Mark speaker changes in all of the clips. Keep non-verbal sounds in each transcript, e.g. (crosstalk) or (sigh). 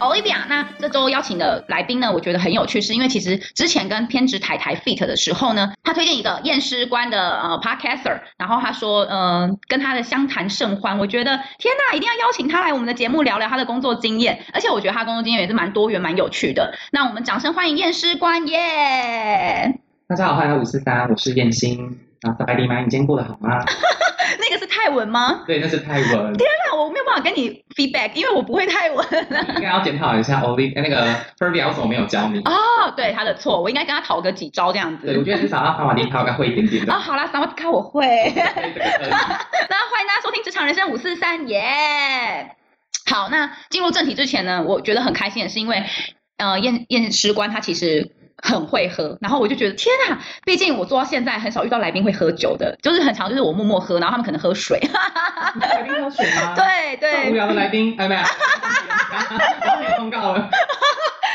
Speaker 1: 欧一比亚，那这周邀请的来宾呢，我觉得很有趣，是因为其实之前跟偏执台台 fit 的时候呢，他推荐一个验尸官的呃 podcaster，然后他说，呃，跟他的相谈甚欢，我觉得天呐，一定要邀请他来我们的节目聊聊他的工作经验，而且我觉得他工作经验也是蛮多元、蛮有趣的。那我们掌声欢迎验尸官耶
Speaker 2: 大家好，欢迎来五四三，我是燕心。啊，大白狸妈，你今天过得好吗？
Speaker 1: 那个是泰文吗？
Speaker 2: 对，那是泰文，
Speaker 1: 那我没有办法跟你 feedback，因为我不会泰文。 (laughs)
Speaker 2: 应该要检讨一下 Oli 哎那个 Herbie 为什么没有教你？
Speaker 1: 哦，对，他的错，我应该跟他讨个几招这样
Speaker 2: 对，我
Speaker 1: 子。
Speaker 2: 觉得至少让法瓦迪他应该会一点点的
Speaker 1: 啊、。好啦，萨瓦迪卡我会。
Speaker 2: 对这个呃
Speaker 1: 那欢迎大家收听《职场人生五四三》耶。好，那进入正题之前呢，我觉得很开心的是因为，呃，验验尸官他其实很会喝，然后我就觉得天啊，毕竟我做到现在很少遇到来宾会喝酒的，就是很常就是我默默喝，然后他们可能喝水。
Speaker 2: 来宾喝水吗？，
Speaker 1: 对
Speaker 2: 无
Speaker 1: 对，
Speaker 2: 聊的来宾，哎没有，然后有通告了，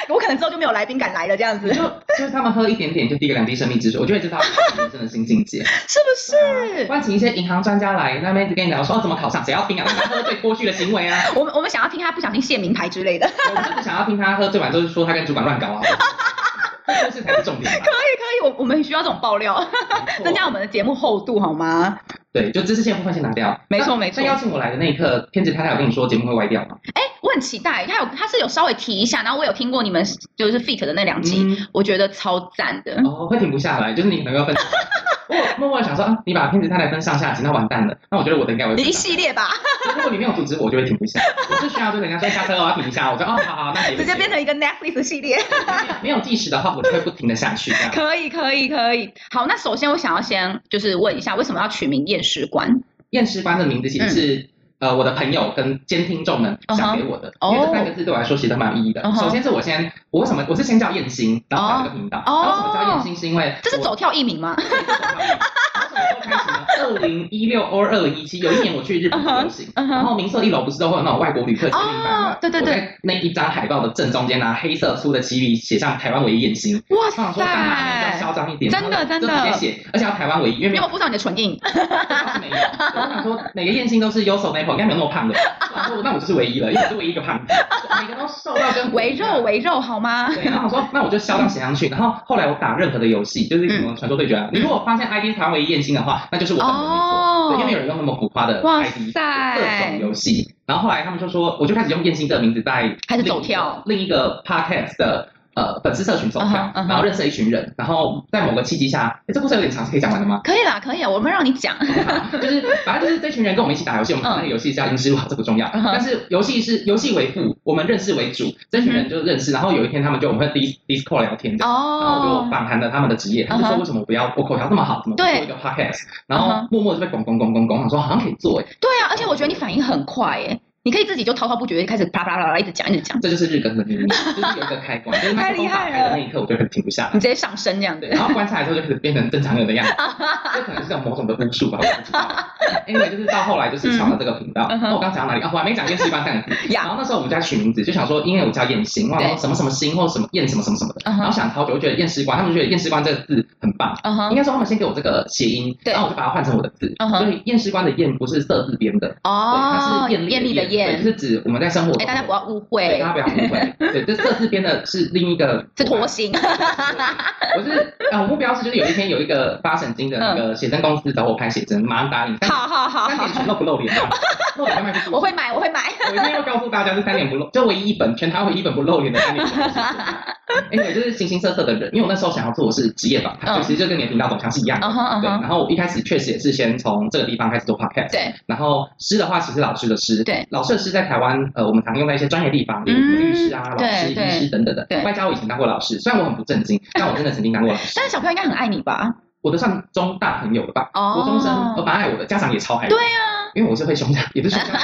Speaker 1: 我可能之后就没有来宾敢来了这样子，
Speaker 2: 就是就是他们喝一点点，就第一个两滴生命之水，我觉得这是他们人生的新境界。
Speaker 1: 不是？
Speaker 2: 不然请一些银行专家来那边一直跟你聊说，哦，怎么考上，谁要听啊？他喝醉脱序的行为啊！
Speaker 1: 我们我们想要听他不小心泄名牌之类的， (laughs) 可
Speaker 2: 我就是不想要听他喝醉完之后说他跟主管乱搞啊，这是才是重点吧。
Speaker 1: 以可以，我我们需要这种爆料，增加我们的节目厚度好吗？
Speaker 2: 对，就知识线部分先拿掉。
Speaker 1: 没错
Speaker 2: 那
Speaker 1: 没错
Speaker 2: 那邀请我来的那一刻，片子太太有跟你说节目会歪掉吗？
Speaker 1: 哎，我很期待，他有他是有稍微提一下，然后我有听过你们就是 fit 的那两集，我觉得超赞的。
Speaker 2: 哦，会停不下来，就是你可能要分。
Speaker 1: (laughs)
Speaker 2: 我有默默地想说啊，你把片子太太分上下集，那完蛋了。那我觉得我的应该会
Speaker 1: 你
Speaker 2: 分
Speaker 1: 一
Speaker 2: 上。
Speaker 1: 系列吧，
Speaker 2: 如果你没有阻止我，我就会停
Speaker 1: (laughs)
Speaker 2: 不下。我是需要就人家说下车哦，要停一下。我说哦，好好，那你
Speaker 1: 直接变成一个 Netflix 系
Speaker 2: (laughs)
Speaker 1: 列，
Speaker 2: 没有计时的话，我就会不停的下去这样。
Speaker 1: 可以，可以，可以。好，那首先我想要先就是问一下，为什么要取名验尸官？
Speaker 2: 验尸官的名字其实是、呃我的朋友跟兼听众们想给我的
Speaker 1: 嗯嗯哼
Speaker 2: 因为这三个字对我来说其实都蛮有意义的。
Speaker 1: 嗯哼
Speaker 2: 首先是我先我为什么我是先叫燕心，然后改了个频道，
Speaker 1: 哦
Speaker 2: 然后为什么叫燕心是因为
Speaker 1: 这是
Speaker 2: 我
Speaker 1: 走跳艺名吗？
Speaker 2: 对这是走跳名然后什么时候开始呢？二零一六或二零一七，有一年我去日本旅行
Speaker 1: 嗯哼嗯哼
Speaker 2: 然后民宿一楼不是都会有那种外国旅客签名版吗
Speaker 1: 哦？对对对，
Speaker 2: 那一张海报的正中间拿啊黑色粗的旗笔写上台湾唯一燕心，
Speaker 1: 哇
Speaker 2: 我想说干嘛你要
Speaker 1: 塞！
Speaker 2: 嚣张一点，
Speaker 1: 真的
Speaker 2: 然后就
Speaker 1: 真的
Speaker 2: 就直接写，而且要台湾唯一，因为
Speaker 1: 你
Speaker 2: 没
Speaker 1: 有 (laughs) 没
Speaker 2: 有
Speaker 1: 有附上你的唇
Speaker 2: (laughs)
Speaker 1: 印？
Speaker 2: 倒是没有，我想说每个燕星都是优手 maple，应该没有那么胖的。我想说那我就是唯一了，因为我是唯一一个胖子，每个都瘦到跟
Speaker 1: 围肉。围肉好吗？
Speaker 2: 对，然后我说那我就销到咸阳去。然后后来我打任何的游戏，
Speaker 1: 嗯
Speaker 2: 就是什么传说对决啊，你如果发现 ID 台湾唯一燕星的话，那就是我的没
Speaker 1: 哦
Speaker 2: 错。对，因为有人用那么浮夸的
Speaker 1: 哇
Speaker 2: ID，各种
Speaker 1: 塞！
Speaker 2: 游戏。然后后来他们就说，我就开始用燕星这个名字在
Speaker 1: 开始走跳
Speaker 2: 另一个 podcast 的。呃，粉丝社群走
Speaker 1: 嗯
Speaker 2: 跳
Speaker 1: 哼嗯哼
Speaker 2: 然后认识了一群人，然后在某个契机下，诶这故事有点长，是可以讲完
Speaker 1: (laughs)
Speaker 2: 的吗？
Speaker 1: 可以啦，可以啊啦，我们让你讲。
Speaker 2: 就是反正就是这群人跟我们一起打游戏，我们打那个游戏叫阴尸王，这不重要。
Speaker 1: 嗯哼
Speaker 2: 但是游戏是游戏为辅，我们认识为主，这
Speaker 1: 嗯
Speaker 2: 群人就认识。然后有一天他们就我们会 dis discord 聊天这样然后我
Speaker 1: 哦
Speaker 2: 就，访谈了他们的职业，他
Speaker 1: 嗯
Speaker 2: 们说
Speaker 1: 哼
Speaker 2: 为什么不要我口条这么好，怎么不做
Speaker 1: 对
Speaker 2: 一个 podcast？
Speaker 1: 嗯
Speaker 2: 然后
Speaker 1: 哼
Speaker 2: 默默就被拱拱拱拱拱，我说好像可以做哎，
Speaker 1: 对啊，而且我觉得你反应很快耶，你可以自己就滔滔不绝地开始啪啪啪啪一直讲一直讲，
Speaker 2: 这就是日更的
Speaker 1: (laughs)
Speaker 2: 秘密，就是有一个开关，就是麦克风打开的那一刻我就很停不下来。
Speaker 1: 你直接上升这样
Speaker 2: 对，
Speaker 1: 子。
Speaker 2: 然后观察了之后就开始变成正常人的
Speaker 1: (laughs)
Speaker 2: 样子，这可能是有某种的巫术吧，我也不知道。因为就是到后来就是传到这个频道，
Speaker 1: 嗯哼
Speaker 2: 那我刚讲到哪里啊？我还没讲验尸官蛋题。
Speaker 1: (laughs) 呀
Speaker 2: 然后那时候我们家取名字就想说，因为我叫燕心，我想
Speaker 1: 对
Speaker 2: 说什么什么心或什么燕什么什么什么的，
Speaker 1: 嗯哼
Speaker 2: 然后想好久，我觉得验尸官，他们觉得验尸官这个字很棒。
Speaker 1: 嗯
Speaker 2: 应
Speaker 1: 哼，
Speaker 2: 该说他们先给我这个谐音，
Speaker 1: 对
Speaker 2: 然后我就把它换成我的字
Speaker 1: 嗯，哼
Speaker 2: 所以验尸官的验不是色字边的，对，
Speaker 1: 哦
Speaker 2: 它，是艳
Speaker 1: 丽的
Speaker 2: 艳，对
Speaker 1: 艳
Speaker 2: 就。是指我们在生活中
Speaker 1: 哎，
Speaker 2: 的，
Speaker 1: 大家不要误
Speaker 2: 对
Speaker 1: 会
Speaker 2: 大，家不要误会，对，这色字边的是另一个
Speaker 1: (laughs) 是拖行。
Speaker 2: 我是啊，我目标是就是有一天有一个发神经的那个写真公司找我拍写真，马上打你。
Speaker 1: 嗯
Speaker 2: 三
Speaker 1: 好好好
Speaker 2: 三点
Speaker 1: 好，
Speaker 2: 全露不露脸啊？露脸要卖不
Speaker 1: 我 (laughs)
Speaker 2: 出去。
Speaker 1: 会买，我会买。
Speaker 2: 我一定要告诉大家是三点不露，就唯一一本全台唯一一本不露脸的三点不露脸。
Speaker 1: (laughs)
Speaker 2: 哎，我就是形形色色的人，因为我那时候想要做的是职业访谈，
Speaker 1: 嗯
Speaker 2: 就其实就跟你的频道走向是一样的。
Speaker 1: 嗯哼嗯
Speaker 2: 对，
Speaker 1: 哼，
Speaker 2: 然后我一开始确实也是先从这个地方开始做 podcast，
Speaker 1: 对，
Speaker 2: 然后诗的话，其实老师的诗，
Speaker 1: 对，嗯
Speaker 2: 老师的诗在台湾，呃，我们常用在一些专业地方，比如律师啊、老师、
Speaker 1: 对对
Speaker 2: 医师等等的
Speaker 1: 对。
Speaker 2: 外加我以前当过老师，虽然我很不
Speaker 1: (laughs)
Speaker 2: 正经，但我真的曾经当过老师。
Speaker 1: 但是小朋友应该很爱你吧？
Speaker 2: 我都算中大朋友了吧？
Speaker 1: 哦
Speaker 2: 国中生我蛮爱我的，家长也超爱我。
Speaker 1: 对
Speaker 2: 啊，因为我是会凶的， (laughs) 也不是
Speaker 1: (laughs)
Speaker 2: 凶的，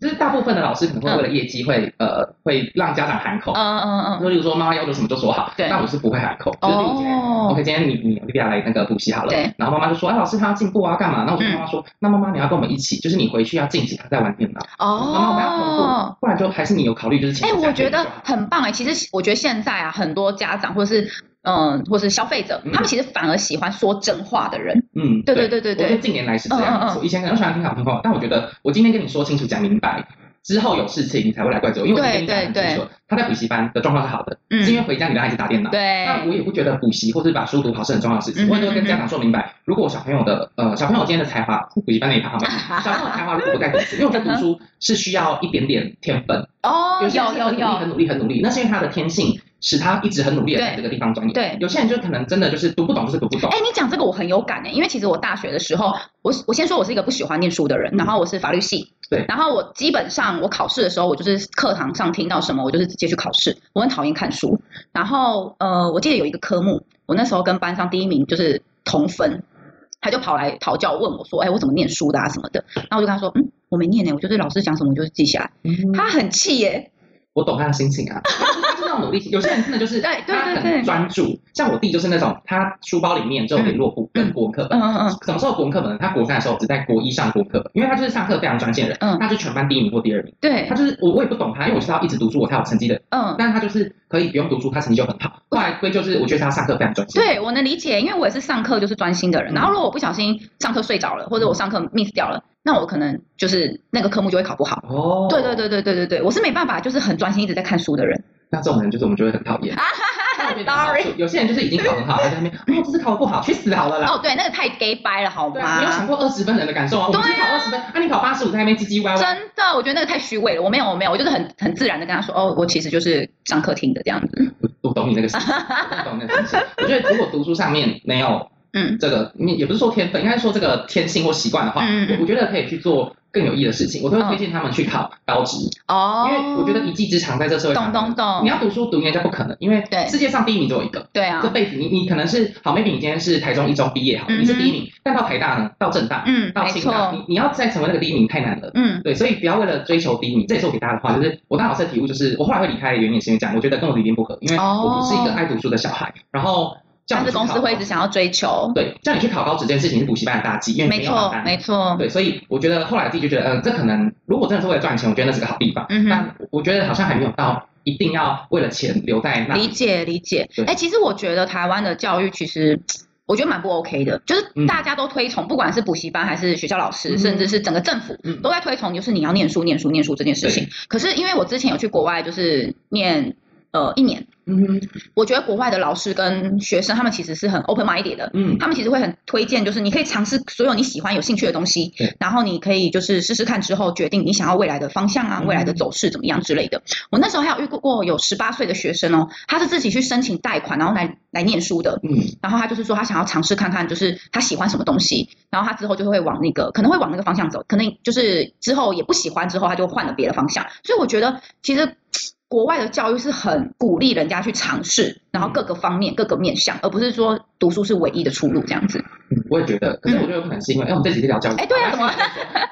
Speaker 2: 就是大部分的老师可能会为了业绩会、呃会让家长喊口，
Speaker 1: 嗯嗯嗯，
Speaker 2: 就例如说妈妈要求什么就说好，
Speaker 1: 对
Speaker 2: 但我是不会喊口，就是例如今天。
Speaker 1: 哦，
Speaker 2: OK，今天你你莉莉亚来那个补习好了，
Speaker 1: 对。嗯
Speaker 2: 然后妈妈就说，哎，老师他要进步啊，干嘛？然后我就跟妈妈说，那妈妈你要跟我们一起，就是你回去要静止，他在玩电脑，妈妈我们要同
Speaker 1: 哦
Speaker 2: 步，。不然就还是你有考虑就是请
Speaker 1: 哎、
Speaker 2: 假
Speaker 1: 我
Speaker 2: 可以
Speaker 1: 觉得
Speaker 2: 就好
Speaker 1: 很棒哎、其实我觉得现在啊，很多家长或是嗯，或是消费者，
Speaker 2: 嗯
Speaker 1: 他们其实反而喜欢说真话的人。
Speaker 2: 嗯，
Speaker 1: 对对对对对
Speaker 2: 我觉得近年来是这样，
Speaker 1: 嗯嗯嗯
Speaker 2: 所以以前可能喜欢听好听话，但我觉得我今天跟你说清楚、讲明白，之后有事情你才会来怪罪我，因为我跟你讲
Speaker 1: 对
Speaker 2: 很
Speaker 1: 对
Speaker 2: 清楚，他在补习班的状况是好的，是因为
Speaker 1: 嗯，
Speaker 2: 回家你跟他一起打电脑。那
Speaker 1: 对，
Speaker 2: 我也不觉得补习或是把书读好是很重要的事
Speaker 1: 嗯
Speaker 2: 情，我也都
Speaker 1: 嗯
Speaker 2: 会跟
Speaker 1: 嗯
Speaker 2: 家长说明白，如果我小朋友的呃小朋友今天的才华，补习班那一趴好吗？
Speaker 1: (laughs)
Speaker 2: 小朋友的才华如果不在读书，因为我觉得读书是需要一点点天分，
Speaker 1: 哦，
Speaker 2: 有些人
Speaker 1: 有
Speaker 2: 是
Speaker 1: 有
Speaker 2: 很努力
Speaker 1: 有，
Speaker 2: 很努力很努力，那是因为他的天性使他一直很努力的在
Speaker 1: 对
Speaker 2: 这个地方钻研。
Speaker 1: 对。
Speaker 2: 有些人就可能真的就是读不懂就是读不懂
Speaker 1: 哎、，你讲这个我很有感哎、因为其实我大学的时候，我我先说我是一个不喜欢念书的人，然后我是法律系，
Speaker 2: 对
Speaker 1: 然后我基本上我考试的时候，我就是课堂上听到什么，我就是直接去考试，我很讨厌看书。然后呃，我记得有一个科目，我那时候跟班上第一名就是同分，他就跑来讨教问我说，哎、我怎么念书的啊什么的，然后我就跟他说，嗯，我没念呢、我就是老师讲什么我就是记下来，他很气欸耶、
Speaker 2: 我懂他的心情啊，他就是那种努力型。有些人真的就是
Speaker 1: 对对
Speaker 2: 他
Speaker 1: 对对
Speaker 2: 很专注，像我弟就是那种，他书包里面只有联络簿跟国文课本。
Speaker 1: 嗯嗯嗯，
Speaker 2: 什么时候国文课本呢？他国三的时候只在国一上国文课本，因为他就是上课非常专心的人，
Speaker 1: 嗯
Speaker 2: 他就全班第一名或第二名。
Speaker 1: 对
Speaker 2: 他，就是我，我也不懂他，因为我知道一直读书我才有成绩的，
Speaker 1: 嗯。
Speaker 2: 但是他就是可以不用读书，他成绩就很好。后来归咎是，我觉得他上课非常专心。
Speaker 1: 对，我能理解，因为我也是上课就是专心的人。
Speaker 2: 嗯
Speaker 1: 然后如果我不小心上课睡着了，或者我上课 miss 掉了，那我可能就是那个科目就会考不好。
Speaker 2: 哦，
Speaker 1: 对对，对对对对对，我是没办法，就是很专心一直在看书的人。
Speaker 2: 那这种人就是我们就会很讨
Speaker 1: (laughs)
Speaker 2: 厌。
Speaker 1: Sorry
Speaker 2: 有些人就是已经考很好，还在那边，哦，这次考得不好，去死好了啦。
Speaker 1: 哦，对，那个太 gay 掰了，好
Speaker 2: 啊对啊，你有想
Speaker 1: 吗？
Speaker 2: 过二十分人的感受吗？我们只考二十分，啊，你考八十五在那边唧唧歪歪，
Speaker 1: 真的，我觉得那个太虚伪了。我没有，我没有，我就是很很自然的跟他说，哦，我其实就是上课听的这样子。
Speaker 2: 我我懂你那个心情，我懂你那个心情。我觉得如果读书上面没有
Speaker 1: 嗯，
Speaker 2: 这个，你也不是说天分，应该说这个天性或习惯的话，
Speaker 1: 嗯嗯嗯
Speaker 2: 我我觉得可以去做更有意义的事情。我都会推荐他们去考高职，
Speaker 1: 哦，
Speaker 2: 因为我觉得一技之长在这社会上
Speaker 1: 懂懂懂
Speaker 2: 你要读书读人家不可能，因为
Speaker 1: 对
Speaker 2: 世界上第一名只有一个。
Speaker 1: 对
Speaker 2: 这
Speaker 1: 啊，
Speaker 2: 辈子你你可能是好，maybe 你今天是台中一中毕业好，
Speaker 1: 嗯哼
Speaker 2: 你是第一名，但到台大呢，到政大，
Speaker 1: 嗯，
Speaker 2: 到
Speaker 1: 没
Speaker 2: 清
Speaker 1: 错，
Speaker 2: 大，你你要再成为那个第一名太难了。
Speaker 1: 嗯，
Speaker 2: 对，所以不要为了追求第一名，这也是我给大家的话，就是我当老师的体悟，就是我后来会离开的原因也是因为这样，我觉得跟我理念不合，因为
Speaker 1: 哦
Speaker 2: 我不是一个爱读书的小孩，然后叫
Speaker 1: 但
Speaker 2: 你
Speaker 1: 是
Speaker 2: 去考
Speaker 1: 公司会一直想要追求，
Speaker 2: 对，叫你去考高职这件事情是补习班的大忌，因为你
Speaker 1: 没
Speaker 2: 有榜
Speaker 1: 错
Speaker 2: 单
Speaker 1: 没错，
Speaker 2: 对，所以我觉得后来自己就觉得，嗯、这可能如果真的是为了赚钱，我觉得那是个好地方，
Speaker 1: 嗯哼
Speaker 2: 但我觉得好像还没有到一定要为了钱留在那
Speaker 1: 理
Speaker 2: 里。
Speaker 1: 解理解
Speaker 2: 对。
Speaker 1: 哎、其实我觉得台湾的教育其实。我觉得蛮不 OK 的，就是
Speaker 2: 嗯
Speaker 1: 大家都推崇，不管是补习班还是学校老师，
Speaker 2: 嗯
Speaker 1: 甚至是整个政府
Speaker 2: 嗯
Speaker 1: 都在推崇，就是你要念书、念书、念书这件事情。可是因为我之前有去国外，就是念呃一年，
Speaker 2: 嗯
Speaker 1: 我觉得国外的老师跟学生他们其实是很 open minded 的，
Speaker 2: 嗯，
Speaker 1: 他们其实会很推荐，就是你可以尝试所有你喜欢、有兴趣的东西
Speaker 2: 对，
Speaker 1: 然后你可以就是试试看之后决定你想要未来的方向啊、
Speaker 2: 嗯
Speaker 1: 未来的走势怎么样之类的。我那时候还有遇过过有十八岁的学生哦，他是自己去申请贷款，然后来来念书的。
Speaker 2: 嗯，
Speaker 1: 然后他就是说他想要尝试看看，就是他喜欢什么东西，然后他之后就会往那个可能会往那个方向走，可能就是之后也不喜欢，之后他就换了别的方向。所以我觉得其实。国外的教育是很鼓励人家去尝试，然后各个方面、各个面向，而不是说读书是唯一的出路这样子。
Speaker 2: 嗯我也觉得，可是我觉得有可能是因为，哎、我们这几天聊教育，
Speaker 1: 哎对啊
Speaker 2: 好吧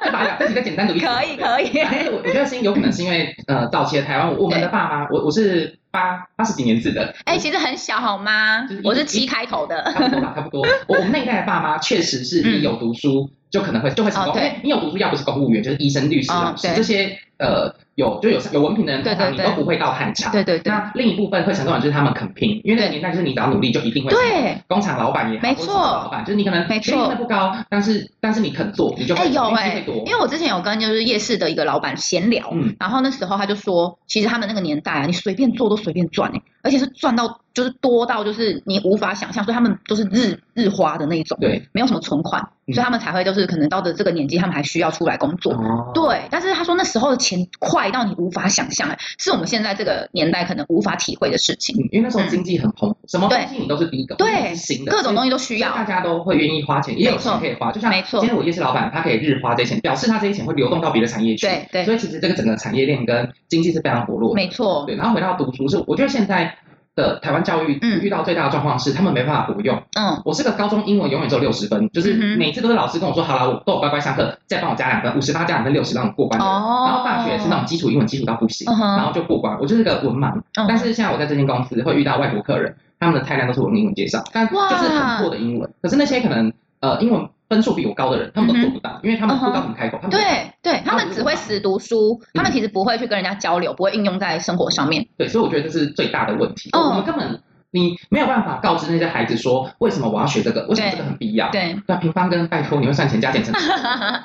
Speaker 2: 再把 (laughs) 两这几个简单读一读
Speaker 1: 可以可以，
Speaker 2: 反 (laughs) 正我我觉得是有可能是因为，呃，早期的台湾，我我们的爸妈，我我是八八十几年制的，
Speaker 1: (laughs) 哎、其实很小好吗
Speaker 2: 就是？一
Speaker 1: 我是七开头
Speaker 2: 差不
Speaker 1: 的，
Speaker 2: 多吧，差不多。我我们那一代的爸妈确实是
Speaker 1: 嗯
Speaker 2: 你有读书就可能会就会成功，
Speaker 1: 哦对
Speaker 2: 因为你有读书，要不是公务员就是医生、律师、
Speaker 1: 哦
Speaker 2: 老师
Speaker 1: 对
Speaker 2: 这些，呃，有就有有文凭的人，
Speaker 1: 对
Speaker 2: 通常
Speaker 1: 对
Speaker 2: 你
Speaker 1: 对
Speaker 2: 都不会到很差。
Speaker 1: (laughs) 对对对
Speaker 2: 那另一部分会成功的就是他们肯拼，因为那个
Speaker 1: 对
Speaker 2: 年代就是你只要努力就一定会成功。
Speaker 1: 对，
Speaker 2: 工厂老板也好，
Speaker 1: 没
Speaker 2: 或是
Speaker 1: 错
Speaker 2: 什么老板就是你可能
Speaker 1: 没错
Speaker 2: 学历真的不高，但是但是你肯做，你就
Speaker 1: 哎、
Speaker 2: 会
Speaker 1: 有
Speaker 2: 运气
Speaker 1: 哎、
Speaker 2: 会多
Speaker 1: 因。为我之前有跟就是夜市的一个老板闲聊，
Speaker 2: 嗯
Speaker 1: 然后那时候他就说，其实他们那个年代啊，你随便做都随便赚哎、而且是赚到就是多到就是你无法想象，所以他们都是日日花的那一种，
Speaker 2: 对，
Speaker 1: 没有什么存款，
Speaker 2: 嗯
Speaker 1: 所以他们才会就是可能到的这个年纪，他们还需要出来工作。
Speaker 2: 哦，
Speaker 1: 对，但是他说那时候的钱快到你无法想象，哎是我们现在这个年代可能无法体会的事情。
Speaker 2: 嗯因为那时候经济很红，什么
Speaker 1: 对
Speaker 2: 东西你都是第一个，
Speaker 1: 对
Speaker 2: 或者是新的
Speaker 1: 各种东
Speaker 2: 西。
Speaker 1: 西都需
Speaker 2: 所以大
Speaker 1: 要，
Speaker 2: 家都会愿意花钱，也有
Speaker 1: 没错
Speaker 2: 钱可以花。就像
Speaker 1: 没错
Speaker 2: 今天我夜市老板，他可以日花这些钱，表示他这些钱会流动到别的产业去。
Speaker 1: 对对
Speaker 2: 所以其实这个整个产业链跟经济是非常活络的。
Speaker 1: 没错，
Speaker 2: 对，然后回到读书是，我觉得现在的台湾教育
Speaker 1: 嗯
Speaker 2: 遇到最大的状况是，他们没办法活用。
Speaker 1: 嗯，
Speaker 2: 我是个高中英文永远只有六十分，就
Speaker 1: 嗯
Speaker 2: 是
Speaker 1: 哼
Speaker 2: 每次都是老师跟我说，好了，我都有乖乖上课，再帮我加两分，五十八加两分，六十让我过关的人。
Speaker 1: 哦，
Speaker 2: 然后大学是那种基础英文基础到不行，
Speaker 1: 嗯哼
Speaker 2: 然后就过关。我就是个文盲，
Speaker 1: 嗯
Speaker 2: 但是现在我在这间公司会遇到外国客人，他们的菜单都是我用英文介绍，但
Speaker 1: 哇
Speaker 2: 就是很破的英文。可是那些可能呃英文分数比我高的人，他们都做不
Speaker 1: 嗯
Speaker 2: 到，因为他们不知道怎么开口。他们
Speaker 1: 对对，他们只会死读书，他们
Speaker 2: 哦嗯
Speaker 1: 其实不会去跟人家交流，不会应用在生活上面。
Speaker 2: 对，所以我觉得这是最大的问题。
Speaker 1: 哦
Speaker 2: 我们根本你没有办法告知那些孩子说为什么我要学这个，为什么这个很必要。
Speaker 1: 对， (laughs)
Speaker 2: 对啊，平方根，拜托你会算钱加减乘除。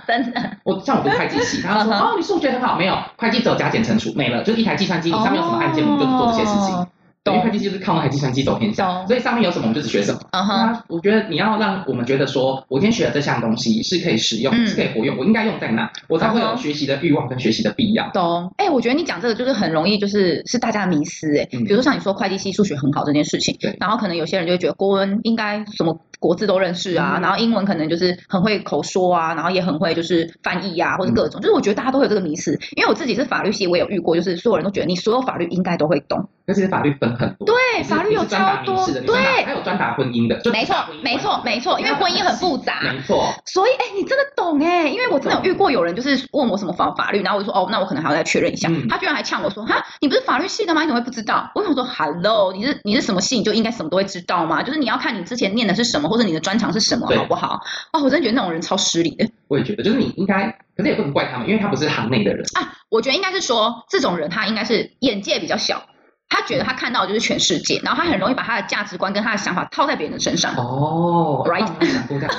Speaker 1: 真的
Speaker 2: 我像我读会计
Speaker 1: (laughs)
Speaker 2: 系，他说
Speaker 1: 嗯哼
Speaker 2: 哦，你数学很好，没有会计只有加减乘除没了，就是一台计算机，你上面有什么按键，我们就做这些事情。
Speaker 1: 哦
Speaker 2: 对，因为会
Speaker 1: 懂，
Speaker 2: 计就是靠那台计算机走天下，
Speaker 1: 懂
Speaker 2: 所以上面有什么我们就只学什么。
Speaker 1: 嗯哼，
Speaker 2: 那我觉得你要让我们觉得说，我今天学的这项东西是可以使用，
Speaker 1: 嗯
Speaker 2: 是可以活用，我应该用在哪，我才会
Speaker 1: 嗯
Speaker 2: 有
Speaker 1: 哼
Speaker 2: 学习的欲望跟学习的必要。
Speaker 1: 懂。哎，我觉得你讲这个就是很容易，就是是大家的迷思哎。
Speaker 2: 嗯
Speaker 1: 比如说像你说会计系数学很好这件事情
Speaker 2: 对，
Speaker 1: 然后可能有些人就会觉得国文应该什么国字都认识啊，
Speaker 2: 嗯
Speaker 1: 然后英文可能就是很会口说啊，然后也很会就是翻译啊，或者各种。就是我觉得大家都有这个迷思，因为我自己是法律系，我也有遇过，就是所有人都觉得你所有法律应该都会懂。
Speaker 2: 但是法律分很多，
Speaker 1: 对，
Speaker 2: 你是
Speaker 1: 法律有
Speaker 2: 你是专打
Speaker 1: 超
Speaker 2: 民
Speaker 1: 多
Speaker 2: 事的，你专打
Speaker 1: 对，
Speaker 2: 还有专打婚姻的，就
Speaker 1: 没错
Speaker 2: 专打婚姻，
Speaker 1: 没错，没错，因为婚姻很复杂，
Speaker 2: 没错，
Speaker 1: 所以，哎、你真的懂哎、因为我真的有遇过有人就是问我什么法法律，然后我就说哦，那我可能还要再确认一下。
Speaker 2: 嗯
Speaker 1: 他居然还呛我说哈，你不是法律系的吗？你怎么会不知道？我想说，hello，你是你是什么系，你就应该什么都会知道吗？就是你要看你之前念的是什么，或者你的专长是什么，
Speaker 2: 对
Speaker 1: 好不好？哦，我真的觉得那种人超失礼的。
Speaker 2: 我也觉得，就是你应该，可是也不能怪他们，因为他不是行内的人，
Speaker 1: 我觉得应该是说，这种人他应该是眼界比较小，他觉得他看到的就是全世界，然后他很容易把他的价值观跟他的想法套在别人的身上。
Speaker 2: 哦
Speaker 1: Right
Speaker 2: 让他们想多这样。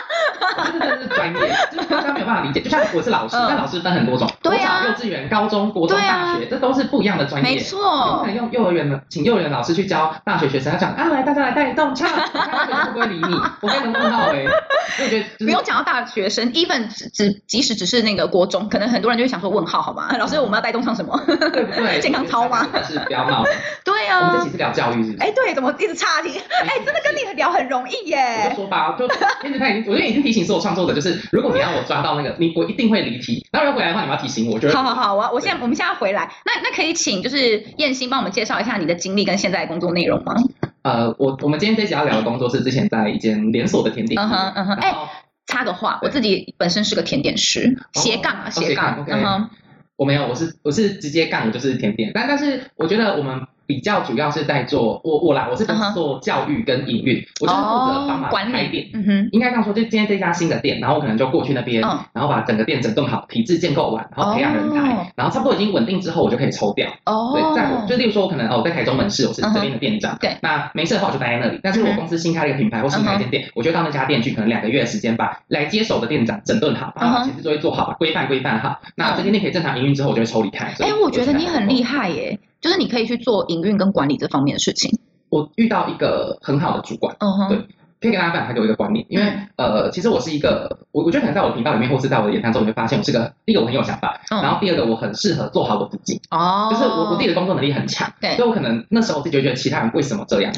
Speaker 2: 这真的是专业，就是大家没有办法理解。就像我是老师，
Speaker 1: 嗯
Speaker 2: 但老师分很多种，
Speaker 1: 对啊
Speaker 2: 国小、幼稚园、高中、国中、
Speaker 1: 对啊
Speaker 2: 大学，这都是不一样的专业。
Speaker 1: 没
Speaker 2: 有
Speaker 1: 错
Speaker 2: 可，能用幼儿园的，请幼儿园老师去教大学学生，他讲啊，来大家来带动唱，看大学生会不会理你？我跟你问号哎，所以我觉得就
Speaker 1: 不
Speaker 2: 是
Speaker 1: 用讲到大学生，even 只只即使只是那个国中，可能很多人就会想说问号好吗？老 (laughs) 师，我们要带动唱什
Speaker 2: (laughs)
Speaker 1: 么？
Speaker 2: 对不对？
Speaker 1: 健康操吗
Speaker 2: 就是不要闹了，
Speaker 1: 对
Speaker 2: 我们这
Speaker 1: 啊
Speaker 2: 期，是聊教育，是不是？
Speaker 1: 哎、对，怎么一直岔题？哎、真的跟你聊很容易
Speaker 2: 我就
Speaker 1: 耶。
Speaker 2: 说吧，就因为他已经，我就已经提醒所有创作者，就是如果你要我抓到那个，你我一定会离题。然后要回来的话，你们要提醒我，我就会
Speaker 1: 好好好，我要我现在我们现在回来，那那可以请就是燕心帮我们介绍一下你的经历跟现在的工作内容吗？
Speaker 2: 呃，我我们今天这集要聊的工作是之前在一间连锁的甜点
Speaker 1: 嗯
Speaker 2: 店，
Speaker 1: 哼嗯哼，哎、
Speaker 2: 然后
Speaker 1: 插个话，我
Speaker 2: 对
Speaker 1: 自己本身是个甜点师，
Speaker 2: 哦
Speaker 1: 斜杠啊
Speaker 2: 哦
Speaker 1: 斜杠，
Speaker 2: 斜杠，OK
Speaker 1: 嗯哼，
Speaker 2: 我没有，我是我是直接干，我就是甜点。但但是我觉得我们比较主要是在做我我啦，我是在
Speaker 1: 嗯哼
Speaker 2: 做教育跟营运，我就是负责帮
Speaker 1: 哦，
Speaker 2: 忙
Speaker 1: 管
Speaker 2: 开
Speaker 1: 理
Speaker 2: 店。，
Speaker 1: 嗯哼，
Speaker 2: 应该这样说，就今天这家新的店，然后我可能就过去那边，
Speaker 1: 嗯
Speaker 2: 然后把整个店整顿好，体制建构完，然后培养人才，
Speaker 1: 哦
Speaker 2: 然后差不多已经稳定之后，我就可以抽掉。对，在我
Speaker 1: 哦，
Speaker 2: 就例如说，我可能哦，我在台中门市，我是
Speaker 1: 嗯哼
Speaker 2: 这边的店长，
Speaker 1: 对
Speaker 2: 那没事的话我就待在那里。但是
Speaker 1: 嗯
Speaker 2: 我
Speaker 1: 哼嗯
Speaker 2: 公司新开了一个品牌或新开一间店，我就到那家店去，可能两个月的时间把来接手的店长整顿好，
Speaker 1: 嗯
Speaker 2: 把他
Speaker 1: 哼
Speaker 2: 把前置作业做好，把规范规范好。
Speaker 1: 嗯
Speaker 2: 那这间店可以正常营运之后，我就会抽离开。
Speaker 1: 哎、
Speaker 2: 所以
Speaker 1: 我觉得你很厉
Speaker 2: 害。
Speaker 1: 害耶，就是你可以去做营运跟管理这方面的事情。
Speaker 2: 我遇到一个很好的主管，
Speaker 1: 嗯哼
Speaker 2: 对，可以跟大家分享他给我一个观念，因为
Speaker 1: 嗯
Speaker 2: 呃，其实我是一个，我我觉得可能在我的频道里面，或是在我的演唱中，你会发现我是个第一个我很有想法，
Speaker 1: 嗯
Speaker 2: 然后第二个我很适合做好我自己，
Speaker 1: 哦，
Speaker 2: 就是我我自己的工作能力很强，
Speaker 1: 对
Speaker 2: 所以我可能那时候我自己就觉得其他人为什么这样。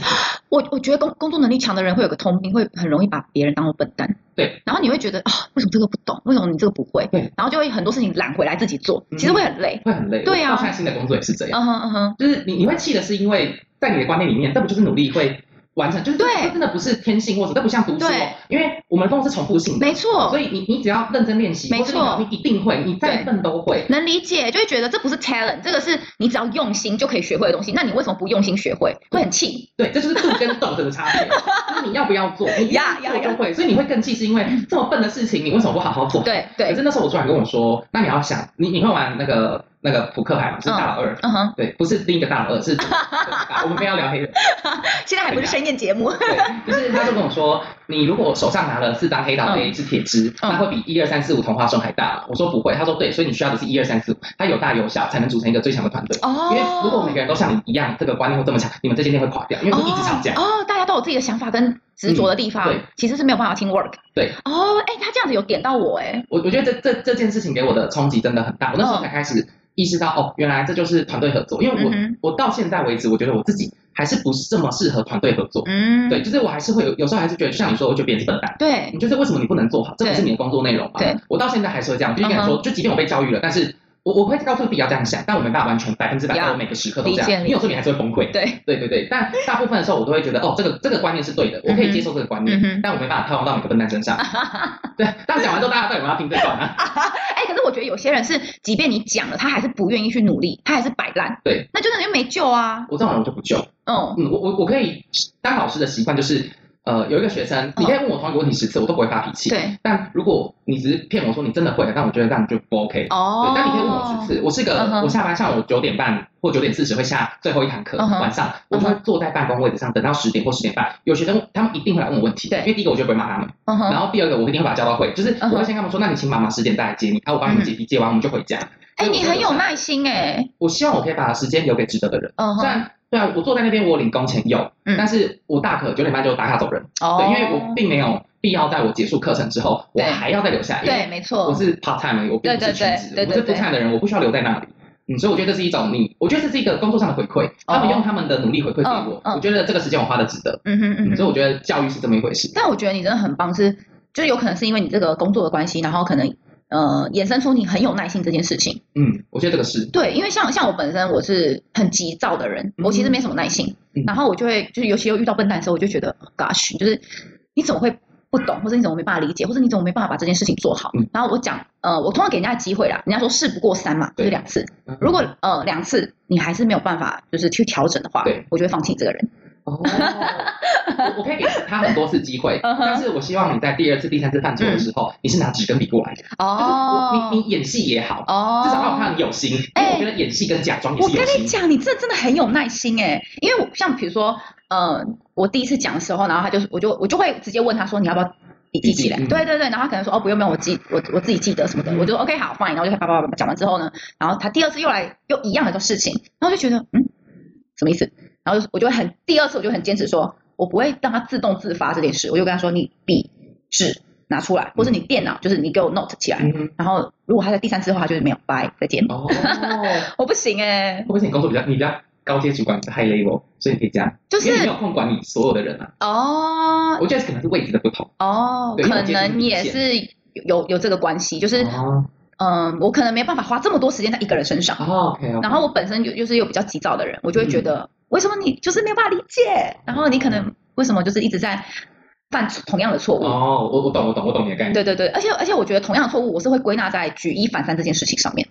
Speaker 1: 我我觉得工工作能力强的人会有个通病，会很容易把别人当做笨蛋。
Speaker 2: 对，
Speaker 1: 然后你会觉得啊、为什么这个不懂？为什么你这个不会？
Speaker 2: 对，
Speaker 1: 然后就会很多事情揽回来自己做，
Speaker 2: 嗯
Speaker 1: 其实会很累。
Speaker 2: 会很累。
Speaker 1: 对啊
Speaker 2: 我到现在新的工作也是这样，
Speaker 1: 嗯哼嗯哼，
Speaker 2: 就是你你会气的是因为在你的观念里面，这不就是努力会完成，就是这
Speaker 1: 对
Speaker 2: 这真的不是天性或者这不像读书
Speaker 1: 对
Speaker 2: 哦，因为我们的工作是重复性的，
Speaker 1: 没错
Speaker 2: 所，以你你只要认真练习，
Speaker 1: 没
Speaker 2: 或是你
Speaker 1: 错
Speaker 2: 努力你一定会，你再
Speaker 1: 对
Speaker 2: 笨都会。
Speaker 1: 能理解，就会觉得这不是 talent，这个是你只要用心就可以学会的东西。那你为什么不用心学会？会很气。
Speaker 2: 对，这就是做跟动的差
Speaker 1: (laughs)
Speaker 2: 别，就是你要不要做，你一定
Speaker 1: 呀呀
Speaker 2: 做就会，所以你会更气，是因为这么笨的事情，你为什么不好好做？。
Speaker 1: 对
Speaker 2: 可
Speaker 1: 对，
Speaker 2: 是那时候我主管跟我说，那你要想，你你会玩那个那个扑克牌吗？是大老二，
Speaker 1: 嗯哼，
Speaker 2: 对，不是另一个大老二，是 (laughs) 我们不要聊黑人。
Speaker 1: 现在还不是深夜节目。
Speaker 2: 对，就是他就跟我说，你如果手上拿了四张黑道 A 是铁枝，
Speaker 1: 嗯
Speaker 2: 那会比一二三四五同花顺还大。我说不会，他说对，所以你需要的是一二三四五，它有大有小，才能组成一个最强的团队。
Speaker 1: 哦，
Speaker 2: 因为如果每个人都像你一样，这个观念会这么强，你们这间店会垮掉，因为会一直吵架。
Speaker 1: 哦。哦，大家都有自己的想法跟执着的地方，
Speaker 2: 嗯对
Speaker 1: 其实是没有办法 team work。
Speaker 2: 对。
Speaker 1: 哦，哎、他这样子有点到我、哎，
Speaker 2: 我我觉得这这这件事情给我的冲击真的很大，我那时候才开始意识到，哦，原来这就是团队合作。因为我、
Speaker 1: 嗯
Speaker 2: 我到现在为止，我觉得我自己还是不是这么适合团队合作。
Speaker 1: 嗯，
Speaker 2: 对，就是我还是会有有时候还是觉得，像你说，我觉得别人是笨蛋。
Speaker 1: 对
Speaker 2: 你就是为什么你不能做好？这不
Speaker 1: 对
Speaker 2: 是你的工作内容吗？
Speaker 1: 对，嗯
Speaker 2: 我到现在还是会这样，我就跟你说，就即便我被教育了，但是我我会告诉自己要这样想，但我没办法完全百分之百
Speaker 1: 呀
Speaker 2: 在我每个时刻都这
Speaker 1: 理解理
Speaker 2: 样。
Speaker 1: 解
Speaker 2: 你有时候你还是会崩溃。
Speaker 1: 对，
Speaker 2: 对对对，但大部分的时候我都会觉得，哦，这个这个观念是对的，我可以接受这个观念，
Speaker 1: 嗯哼嗯哼
Speaker 2: 但我没办法套用到每个笨蛋身
Speaker 1: (laughs)
Speaker 2: 上。对，但讲完之后，大家到底有没有要听这段啊？
Speaker 1: 哎、可是我觉得有些人是，即便你讲了，他还是不愿意去努力，他还是摆烂，
Speaker 2: 对，
Speaker 1: 那就等于没救啊。
Speaker 2: 我这种人我就不救。
Speaker 1: 嗯，
Speaker 2: 嗯，我我我可以当老师的习惯就是。呃，有一个学生，你可以问我同一个问题十次，我都不会发脾气。
Speaker 1: 对，
Speaker 2: 但如果你只是骗我说你真的会，那我觉得这样就不 OK。
Speaker 1: 哦
Speaker 2: 对，，但你可以问我十次。我是个
Speaker 1: 嗯哼
Speaker 2: 我下班像我九点半或九点四十会下最后一堂课，
Speaker 1: 嗯哼
Speaker 2: 晚上我就会坐在办公位置上，等到十点或十点半。有学生他们一定会来问我问题，
Speaker 1: 对
Speaker 2: 因为第一个我就不会骂他们，
Speaker 1: 嗯哼
Speaker 2: 然后第二个我一定会把他叫到会，就是我
Speaker 1: 嗯
Speaker 2: 会
Speaker 1: 哼
Speaker 2: 先跟他们说，那你请妈妈十点再来接你，啊，我帮你们
Speaker 1: 嗯
Speaker 2: 接机，接完我们就回家。
Speaker 1: 哎、
Speaker 2: 所以我
Speaker 1: 你
Speaker 2: 觉得
Speaker 1: 很有
Speaker 2: 我，
Speaker 1: 耐心哎、
Speaker 2: 我希望我可以把时间留给值得的人。
Speaker 1: 嗯
Speaker 2: 虽
Speaker 1: 哼，
Speaker 2: 然对啊，我坐在那边我领工钱有，
Speaker 1: 嗯
Speaker 2: 但是我大可九点半就打卡走人，
Speaker 1: 哦
Speaker 2: 对，因为我并没有必要在我结束课程之后，我
Speaker 1: 对
Speaker 2: 还要再留下来，因为
Speaker 1: 对，没错，
Speaker 2: 我是 part time 而已，我并不
Speaker 1: 嗯对对
Speaker 2: 是全职，
Speaker 1: 对对
Speaker 2: 我不
Speaker 1: 对
Speaker 2: 是 full time 的人，我不需要留在那里。嗯，所以我觉得这是一种你，我觉得这是一个工作上的回馈，他们用他们的努力回馈给我，
Speaker 1: 哦嗯嗯
Speaker 2: 我觉得这个时间我花的值得。
Speaker 1: 嗯哼嗯
Speaker 2: 嗯，
Speaker 1: 哼
Speaker 2: 所以我觉得教育是这么一回事。
Speaker 1: 但我觉得你真的很棒是，就是有可能是因为你这个工作的关系，然后可能呃衍生出你很有耐心这件事情。
Speaker 2: 嗯，我觉得这个是，
Speaker 1: 对，因为像像我本身我是很急躁的人，
Speaker 2: 嗯
Speaker 1: 我其实没什么耐性，
Speaker 2: 嗯
Speaker 1: 然后我就会就是尤其又遇到笨蛋的时候，我就觉得 gosh，就是你怎么会不懂，或者你怎么没办法理解，或者你怎么没办法把这件事情做好？
Speaker 2: 嗯
Speaker 1: 然后我讲呃，我通常给人家的机会啦，人家说事不过三嘛，就
Speaker 2: 对
Speaker 1: 是两次。
Speaker 2: 嗯
Speaker 1: 如
Speaker 2: 哦
Speaker 1: 果呃两次你还是没有办法就是去调整的话
Speaker 2: 对，
Speaker 1: 我就会放弃这
Speaker 2: (laughs)
Speaker 1: 个人。
Speaker 2: 哦，我我可以给他很多次机会，
Speaker 1: 嗯哼
Speaker 2: (laughs) 但是我希望你在第二次、第三次犯错的时候，你是拿纸跟笔过来的，就是我你你演戏也好，
Speaker 1: 哦
Speaker 2: 至少让我看到你有心，因为我觉得演戏跟假装
Speaker 1: (laughs)
Speaker 2: 也
Speaker 1: 哎我
Speaker 2: 是
Speaker 1: 跟
Speaker 2: 有
Speaker 1: 你
Speaker 2: 心。
Speaker 1: 讲，你这真的很有耐心哎、因为我像比如说，呃，我第一次讲的时候，然后他就我就我就会直接问他说你要不要笔记起来？
Speaker 2: 笔记嗯
Speaker 1: 对对对，然后他可能说哦不用不用，我记我我自己记得什么的，
Speaker 2: 嗯
Speaker 1: 我就 OK 好 fine，然后就叭叭叭叭讲完之后呢，然后他第二次又来又一样的事情，然后就觉得嗯什么意思？然后就我就会很第二次我就很坚持说，我不会让他自动自发这件事，我就跟他说你笔纸拿出来，或是你电脑就是你给我 note 起来，
Speaker 2: 嗯，
Speaker 1: 然后如果他在第三次的话，他就是没有拜再见，
Speaker 2: 哦， (laughs) 会
Speaker 1: 我不行哎、
Speaker 2: 不会是你工作比较你比较高阶主管比较 high level，所以你可以这样，
Speaker 1: 就是
Speaker 2: 因为你没有空管你所有的人啊。
Speaker 1: 哦
Speaker 2: 我觉得可能是位置的不同，
Speaker 1: 哦，
Speaker 2: 对因为
Speaker 1: 可
Speaker 2: 我接触
Speaker 1: 能
Speaker 2: 你
Speaker 1: 也
Speaker 2: 的
Speaker 1: 是有有这个关系，就是嗯、
Speaker 2: 哦
Speaker 1: 我可能没办法花这么多时间在一个人身上，
Speaker 2: 哦，OK，嗯
Speaker 1: 然后我本身又又是又比较急躁的人，我就会觉得、为什么你就是没有办法理解，然后你可能为什么就是一直在犯同样的错误。
Speaker 2: 哦，我我懂我懂我懂你的概念，
Speaker 1: 对对对，而且而且我觉得同样的错误，我是会归纳在举一反三这件事情上面，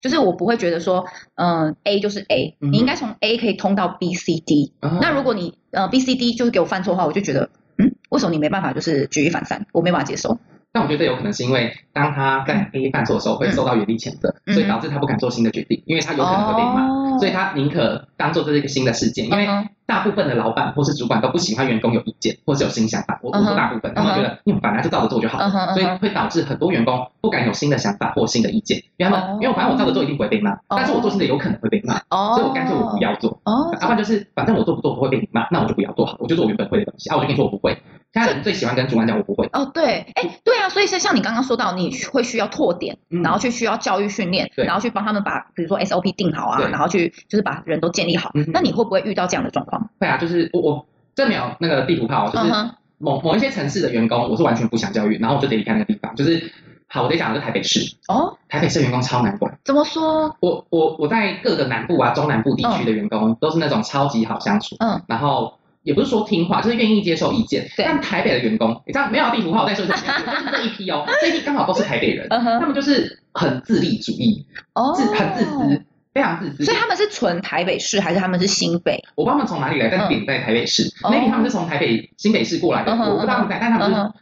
Speaker 1: 就是我不会觉得说，嗯、a 就是 A，、
Speaker 2: 嗯
Speaker 1: 你应该从 A 可以通到 B、C、D，
Speaker 2: 啊
Speaker 1: 那如果你呃 B C D 就是给我犯错的话，我就觉得嗯，为什么你没办法就是举一反三？我没办法接受。
Speaker 2: 但我觉得有可能是因为当他在 A 犯错的时候会受到原地谴责，
Speaker 1: 嗯
Speaker 2: 所以导致他不敢做新的决定，因为他有可能会被骂，
Speaker 1: 哦
Speaker 2: 所以他宁可当做这是一个新的事件，因为
Speaker 1: 嗯哼
Speaker 2: 大部分的老板或是主管都不喜欢员工有意见或是有新想法，我我
Speaker 1: 嗯哼
Speaker 2: 说大部分，他们觉得你本来就照着做就好
Speaker 1: 嗯哼嗯
Speaker 2: 了，
Speaker 1: 哼
Speaker 2: 所以会导致很多员工不敢有新的想法或新的意见，因为他
Speaker 1: 哦
Speaker 2: 们因为我反正我照着做一定不会被骂，但是我做新的有可能会被骂，
Speaker 1: 哦，
Speaker 2: 所以我干脆我不要啊做。
Speaker 1: 哦，
Speaker 2: 要不然就是反正我做不做都会被你骂，那我就不要做好，我就做我原本会的东西啊，我就跟你说我不会。现在人最喜欢跟主管讲我不会，
Speaker 1: 哦，对，哎，对啊，所以像像你刚刚说到，你会需要拓点，
Speaker 2: 嗯
Speaker 1: 然后去需要教育训练，
Speaker 2: 对
Speaker 1: 然后去帮他们把比如说 SOP 定好啊，
Speaker 2: 对
Speaker 1: 然后去就是把人都建立好
Speaker 2: 嗯哼。
Speaker 1: 那你会不会遇到这样的状况？
Speaker 2: 会啊，就是我我这没有那个地图炮，哦就
Speaker 1: 嗯
Speaker 2: 是
Speaker 1: 哼，
Speaker 2: 某某一些城市的员工，我是完全不想教育，然后我就得离开那个地方。就是好，我得讲的是台北市，
Speaker 1: 哦，
Speaker 2: 台北市的员工超难管。
Speaker 1: 怎么说？
Speaker 2: 我我我在各个南部啊、中南部地区的员工、都是那种超级好相处，
Speaker 1: 嗯，
Speaker 2: 然后也不是说听话，就是愿意接受意见。
Speaker 1: 对
Speaker 2: 但台北的员工，你知道没有地图炮，我再说
Speaker 1: (laughs)
Speaker 2: 一次，就是这一批哦，这一批刚好都是台北人，
Speaker 1: 嗯
Speaker 2: 他
Speaker 1: 哼，
Speaker 2: 们就是很自立主义，
Speaker 1: 哦，
Speaker 2: 自很自私，非常自私。
Speaker 1: 所以他们是纯台北市还是他们是新北？
Speaker 2: 我不知道他们从哪里来，但
Speaker 1: 嗯
Speaker 2: 是点在台北市。
Speaker 1: 哦
Speaker 2: maybe 他们是从台北新北市过来的，
Speaker 1: 嗯哼
Speaker 2: 我不知道他们在，但他们
Speaker 1: 嗯哼
Speaker 2: 就是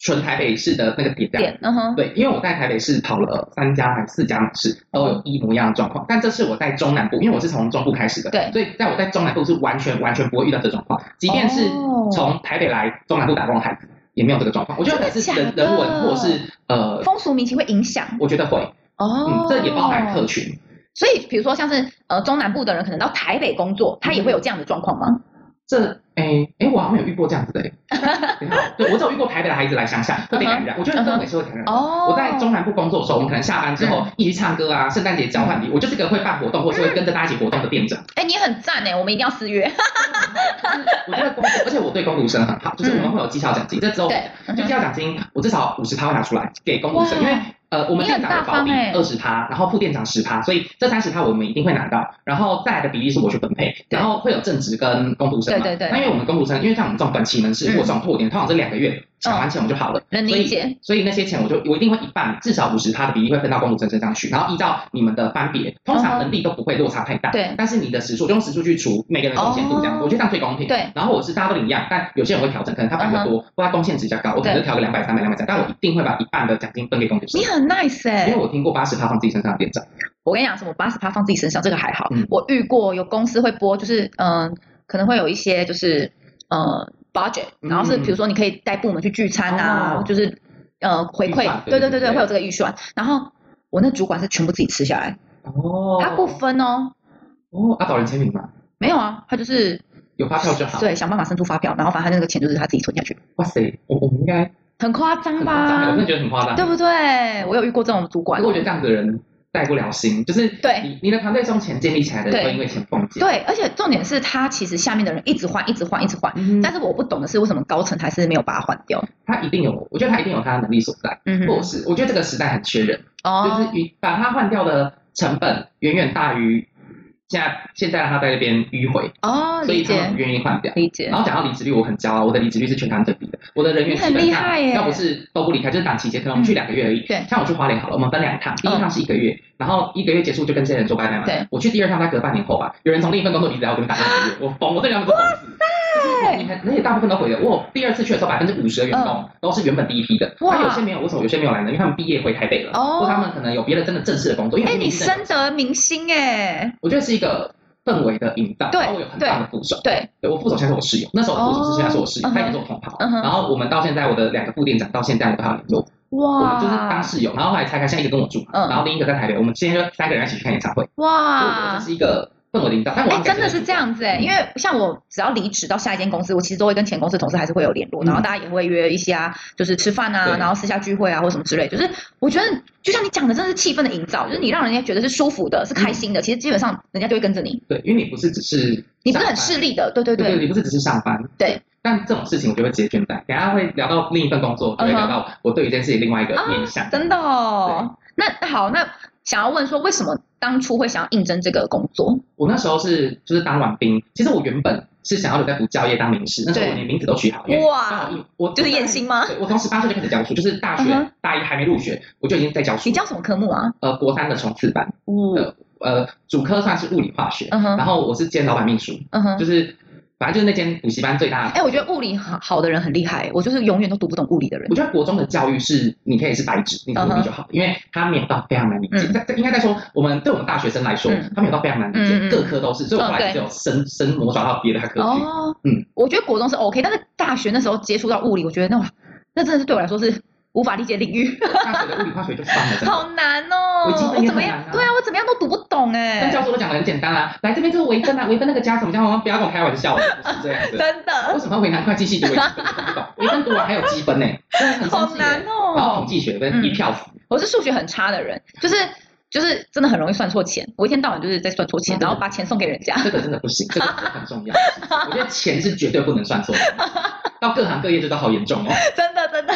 Speaker 2: 纯台北市的那个点这样。
Speaker 1: 点，嗯哼，
Speaker 2: 对，因为我在台北市跑了三家还是四家门市，都
Speaker 1: 嗯
Speaker 2: 有一模一样的状况。但这是我在中南部，因为我是从中部开始的，
Speaker 1: 对
Speaker 2: 所以在我在中南部是完全完全不会遇到这种状况，即便是
Speaker 1: 哦
Speaker 2: 从台北来中南部打工的孩子，也没有这个状况。我觉得可能是
Speaker 1: 真的
Speaker 2: 人
Speaker 1: 假的
Speaker 2: 人文或者是呃，
Speaker 1: 风俗民情会影响
Speaker 2: 我觉得会，
Speaker 1: 哦
Speaker 2: 嗯，，这也包含客群。
Speaker 1: 所以，比如说像是呃中南部的人，可能到台北工作，他也会有这样的状况吗？
Speaker 2: 这哎哎，我好像没有遇过这样
Speaker 1: (laughs)
Speaker 2: 子的哎。等一下对，我只有遇过台北的孩子来乡下会被感
Speaker 1: 嗯
Speaker 2: 染，我觉得氛围是会感染的。
Speaker 1: 哦嗯
Speaker 2: 我在中南部工作的时候，我们可能下班之后一起去唱歌啊，圣诞节交换礼，物，我就是个会办活动或是会跟着大家一起活动的店长。
Speaker 1: 哎、你很赞哎，我们一定要私约。嗯
Speaker 2: 就是我觉得工作，而且我对工读生很好，就是我们会有绩效奖金，这之后
Speaker 1: 对，嗯
Speaker 2: 就绩效奖金，我至少五十趴会拿出来给工读生，
Speaker 1: 哇
Speaker 2: 因为呃，我们
Speaker 1: 你很
Speaker 2: 店长有
Speaker 1: 大
Speaker 2: 保
Speaker 1: 方
Speaker 2: 底
Speaker 1: 欸
Speaker 2: 二十趴，然后副店长十趴，所以这三十趴我们一定会拿到。然后再来的比例是我去分配，
Speaker 1: 对
Speaker 2: 然后会有正职跟工读生嘛。
Speaker 1: 对对对
Speaker 2: 那因为我们工读生，因为像我们这种短期门市
Speaker 1: 嗯
Speaker 2: 或者这种拓点，通常是两个月想还钱我就好了。
Speaker 1: 能
Speaker 2: 所
Speaker 1: 理
Speaker 2: 以
Speaker 1: 解，
Speaker 2: 所以那些钱我就我一定会一半，至少五十趴的比例会分到公主生身上去，然后依照你们的班别，
Speaker 1: 嗯
Speaker 2: 通
Speaker 1: 哼
Speaker 2: 常能力都不会落差太大。
Speaker 1: 哦对
Speaker 2: 但是你的时数就用时数去除每个人的贡献度这样
Speaker 1: 哦
Speaker 2: 子，我觉得这样最公平。
Speaker 1: 对。
Speaker 2: 然后我是大家都领一样，但有些人会调整，可能他班
Speaker 1: 嗯
Speaker 2: 比
Speaker 1: 哼
Speaker 2: 多，或他贡献值比较高，我可能
Speaker 1: 对
Speaker 2: 就调个两百、三百、两百三，但我一定会把一半的奖金分给公主生
Speaker 1: 你。很 nice 哎、
Speaker 2: 因为我听过八十趴放自己身上的点账，
Speaker 1: 我跟你讲，什么八十趴放自己身上，这个还好。
Speaker 2: 嗯
Speaker 1: 我遇过有公司会播，就是嗯、可能会有一些就是呃 budget，
Speaker 2: 嗯
Speaker 1: 然后是比如说你可以带部门去聚餐啊，
Speaker 2: 哦
Speaker 1: 就是呃回
Speaker 2: 预
Speaker 1: 馈
Speaker 2: 算，
Speaker 1: 对
Speaker 2: 对
Speaker 1: 对对
Speaker 2: 对
Speaker 1: 对，
Speaker 2: 对
Speaker 1: 会有这个预算。然后我那主管是全部自己吃下来，
Speaker 2: 哦
Speaker 1: 他不分哦，
Speaker 2: 哦，啊，找人签名嘛，
Speaker 1: 没有啊，他就是
Speaker 2: 有发票就好。
Speaker 1: 对想办法生出发票，然后反正他那个钱就是他自己存下去，
Speaker 2: 哇塞，我我们应该
Speaker 1: 很夸张
Speaker 2: 很夸张，我啊
Speaker 1: 吧
Speaker 2: 真的？觉得很夸张。
Speaker 1: 对不对？我有遇过这种主管
Speaker 2: 不过，我觉得这样子的人带不了心，就是
Speaker 1: 对
Speaker 2: 你你的团队中钱建立起来的，
Speaker 1: 对
Speaker 2: 会因为钱崩解。
Speaker 1: 对，而且重点是他其实下面的人一直换，一直换，一直换。
Speaker 2: 嗯
Speaker 1: 但是我不懂的是，为什么高层还是没有把它换掉？
Speaker 2: 他一定有，我觉得他一定有他的能力所在，
Speaker 1: 嗯哼，
Speaker 2: 或者是我觉得这个时代很缺人，就
Speaker 1: 哦
Speaker 2: 是，与把他换掉的成本远远大于现在现在让他在那边迂回，
Speaker 1: 哦，
Speaker 2: 所以
Speaker 1: 理
Speaker 2: 他们
Speaker 1: 解
Speaker 2: 不愿意换掉。
Speaker 1: 理解
Speaker 2: 然，后讲到离职率，我很骄傲，我的离职率是全团最低的，我的人员
Speaker 1: 你很
Speaker 2: 基本
Speaker 1: 厉
Speaker 2: 上
Speaker 1: 害耶嗯
Speaker 2: 要不是都不离开，就是档期结，可能我们去两个月而已。
Speaker 1: 对
Speaker 2: 像我去花莲好了，我们分两趟，第一
Speaker 1: 嗯
Speaker 2: 趟是一个月，然后一个月结束就跟这些人说拜拜嘛。
Speaker 1: 对，
Speaker 2: 我去第二趟，大概隔半年后吧，有人从另一份工作离职来我跟他打一个月，我疯，我这个人疯死。就是你看，而且大部分都回了。我第二次去的时候，百分之五十的员工都是原本第一批的，
Speaker 1: 嗯哇
Speaker 2: 那有些没有，为什么有些没有来呢？因为他们毕业回台北了，
Speaker 1: 哦
Speaker 2: 或他们可能有别的真的正式的工作。因为
Speaker 1: 哎，
Speaker 2: 我们
Speaker 1: 你
Speaker 2: 毕竟在
Speaker 1: 深得民心哎，
Speaker 2: 我觉得是一个氛围的营造，
Speaker 1: 对
Speaker 2: 然后我有很大的副手。
Speaker 1: 对，
Speaker 2: 对我副总现在是我室友，那时候我副总是现在是我室友，
Speaker 1: 哦
Speaker 2: 他也是我同袍。
Speaker 1: 嗯哼
Speaker 2: 然后我们到现在，我的两个副店长到现在我都还有联络，我们就是当
Speaker 1: 哇
Speaker 2: 室友。然后后来拆开，现在一个跟我住嘛，
Speaker 1: 嗯
Speaker 2: 然后另一个在台北，我们今天就三个人一起去看演唱会。所以我觉得
Speaker 1: 哇
Speaker 2: 这，是一个氛围的营造，但我
Speaker 1: 哎，
Speaker 2: 要
Speaker 1: 真
Speaker 2: 感谢
Speaker 1: 的是这样子哎，因为像我只要离职到下一间公司，我其实都会跟前公司同事还是会有联络，
Speaker 2: 嗯
Speaker 1: 然后大家也会约一些啊，就是吃饭啊，
Speaker 2: 对
Speaker 1: 然后私下聚会啊或什么之类，就是我觉得就像你讲的，真的是气氛的营造，就是你让人家觉得是舒服的，是开心
Speaker 2: 嗯
Speaker 1: 的，其实基本上人家就会跟着你，
Speaker 2: 对，因为你不是只是
Speaker 1: 你不是很
Speaker 2: 上班
Speaker 1: 势利的，对对
Speaker 2: 对
Speaker 1: 对，
Speaker 2: 你不是只是上班，
Speaker 1: 对。
Speaker 2: 但这种事情我就会直接倦怠，等一下会聊到另一份工作，就会
Speaker 1: 嗯哼
Speaker 2: 聊到我对于这件事情另外一个
Speaker 1: 啊
Speaker 2: 面向。
Speaker 1: 真的哦。那那好，那想要问说，为什么当初会想要应征这个工作？
Speaker 2: 我那时候是就是当完兵，其实我原本是想要留在补教业当名师，那时候我
Speaker 1: 对
Speaker 2: 连名字都取好，因为
Speaker 1: 哇
Speaker 2: 刚好一我
Speaker 1: 就是燕心
Speaker 2: (laughs)
Speaker 1: 吗？
Speaker 2: 对，我从十八岁就开始教书，就是大学、
Speaker 1: 嗯哼
Speaker 2: 大一还没入学，我就已经在教书。
Speaker 1: 你教什么科目啊？
Speaker 2: 呃国三的冲刺班，
Speaker 1: 嗯
Speaker 2: 呃主科算是物理化学，
Speaker 1: 嗯哼
Speaker 2: 然后我是兼老板秘书，
Speaker 1: 嗯哼
Speaker 2: 就。是反正就是那间补习班最大的。
Speaker 1: 哎，我觉得物理好好的人很厉害，欸我就是永远都读不懂物理的人
Speaker 2: 我。觉得国中的教育是你可以是白纸，你努力就好因为它没有到非常难理解。
Speaker 1: 嗯
Speaker 2: 在在应该在说，我们对我们大学生来说
Speaker 1: 嗯，
Speaker 2: 它没有到非常难理解
Speaker 1: 嗯嗯，嗯
Speaker 2: 各科都是，所以我后
Speaker 1: 哦对
Speaker 2: 来只有深深魔爪到别的科去。
Speaker 1: 哦，
Speaker 2: 嗯，
Speaker 1: 我觉得国中是 OK，但是大学那时候接触到物理，我觉得那哇那真的是对我来说是无法理解领
Speaker 2: (laughs)
Speaker 1: 域，
Speaker 2: 大学的物理化学就是翻了，真的。
Speaker 1: 好难哦。
Speaker 2: 微积分
Speaker 1: 我
Speaker 2: 也
Speaker 1: 怎么
Speaker 2: 很
Speaker 1: 样
Speaker 2: 难？啊
Speaker 1: 对啊，我怎么样都读不懂
Speaker 2: 但教
Speaker 1: 哎，
Speaker 2: 授都讲的很简单啊，来这边就是微分啊，微分那个加什么加什么，不要跟我开玩笑，不是这样
Speaker 1: (laughs)
Speaker 2: 子。
Speaker 1: 真
Speaker 2: 为
Speaker 1: 的
Speaker 2: 什么会为难会计系
Speaker 1: (laughs)
Speaker 2: 读微积分？我不懂，微分读完还有积分呢，真的很生
Speaker 1: 好
Speaker 2: 气耶。
Speaker 1: 难
Speaker 2: 然后
Speaker 1: 哦嗯
Speaker 2: 统。计学跟一票死，
Speaker 1: 我是数学很差的人，就是就是真的很容易算错钱，我一天到晚就是在算错钱，
Speaker 2: 嗯
Speaker 1: 然后把钱送给人家。 (laughs)
Speaker 2: 这个真的不行，这个真的很重要。我觉得钱是绝对不能算错的，到各行各业就都好严重哦。
Speaker 1: 真的真的，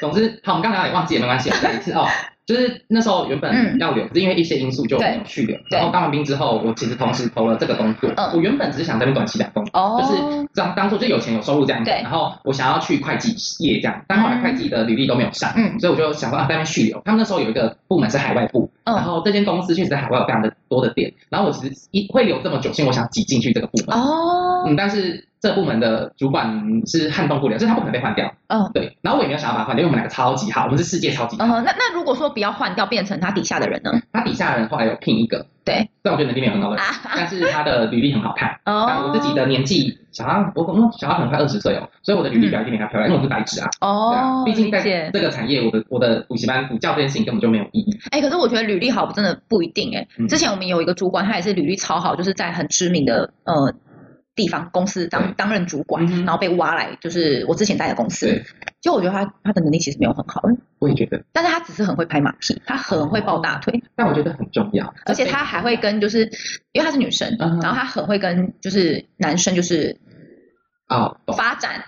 Speaker 2: 总之，好，我们刚才也忘记也没关系，我再一次哦。就是那时候原
Speaker 1: 嗯
Speaker 2: 本要留，可是因为一些因素就没有去留。
Speaker 1: 对
Speaker 2: 然后当完兵之后，我其实同时投了这个工作。
Speaker 1: 嗯
Speaker 2: 我原本只是想在那边短期打工，
Speaker 1: 哦
Speaker 2: 就是当当做就有钱有收入这样子。
Speaker 1: 对
Speaker 2: 然后我想要去会计业这样，但后来会计的履历都没有上，
Speaker 1: 嗯
Speaker 2: 所以我就想说啊，在那边续留。他们那时候有一个部门是海外部，
Speaker 1: 嗯
Speaker 2: 然后这间公司确实在海外有非常的多的店，然后我其实一会留这么久，是因为我想挤进去这个部门。
Speaker 1: 哦，
Speaker 2: 嗯，但是这部门的主管是撼动不了，就是他不可能被换掉。
Speaker 1: 嗯
Speaker 2: 对，然后我也没有想要把他换掉，因为我们两个超级好，我们是世界超级好。
Speaker 1: 嗯哼，那那如果说不要换掉，变成他底下的人呢？
Speaker 2: 他底下的人后来有聘一个，
Speaker 1: 对，
Speaker 2: 虽然我觉得能力没有很高的人，
Speaker 1: 啊，
Speaker 2: 但是他的履历很好看。
Speaker 1: (laughs)
Speaker 2: 但
Speaker 1: 哦，
Speaker 2: 哦我自己的年纪，小他我我小他可能快二十岁哦，所以我的履历表一定没他漂亮，因为我是白纸啊。对啊
Speaker 1: 嗯哦，，
Speaker 2: 毕竟
Speaker 1: 理
Speaker 2: 在
Speaker 1: 解。
Speaker 2: 这个产业，我的我的补习班补教这件事情根本就没有意义。
Speaker 1: 哎、可是我觉得履历好真的不一定哎、
Speaker 2: 嗯
Speaker 1: 之前我们有一个主管，他也是履历超好，就是在很知名的呃地方公司当
Speaker 2: 对
Speaker 1: 担任主管
Speaker 2: 嗯，哼
Speaker 1: 然后被挖来，就是我之前待的公司
Speaker 2: 对。
Speaker 1: 就我觉得他他的能力其实没有很好，
Speaker 2: 我也觉得，
Speaker 1: 但是他只是很会拍马屁，他很会抱
Speaker 2: 哦
Speaker 1: 大腿，
Speaker 2: 但我觉得很重要，
Speaker 1: 而且她还会跟就是，因为她是女生，
Speaker 2: 嗯哼
Speaker 1: 然后她很会跟就是男生就是
Speaker 2: 哦，懂
Speaker 1: 发展，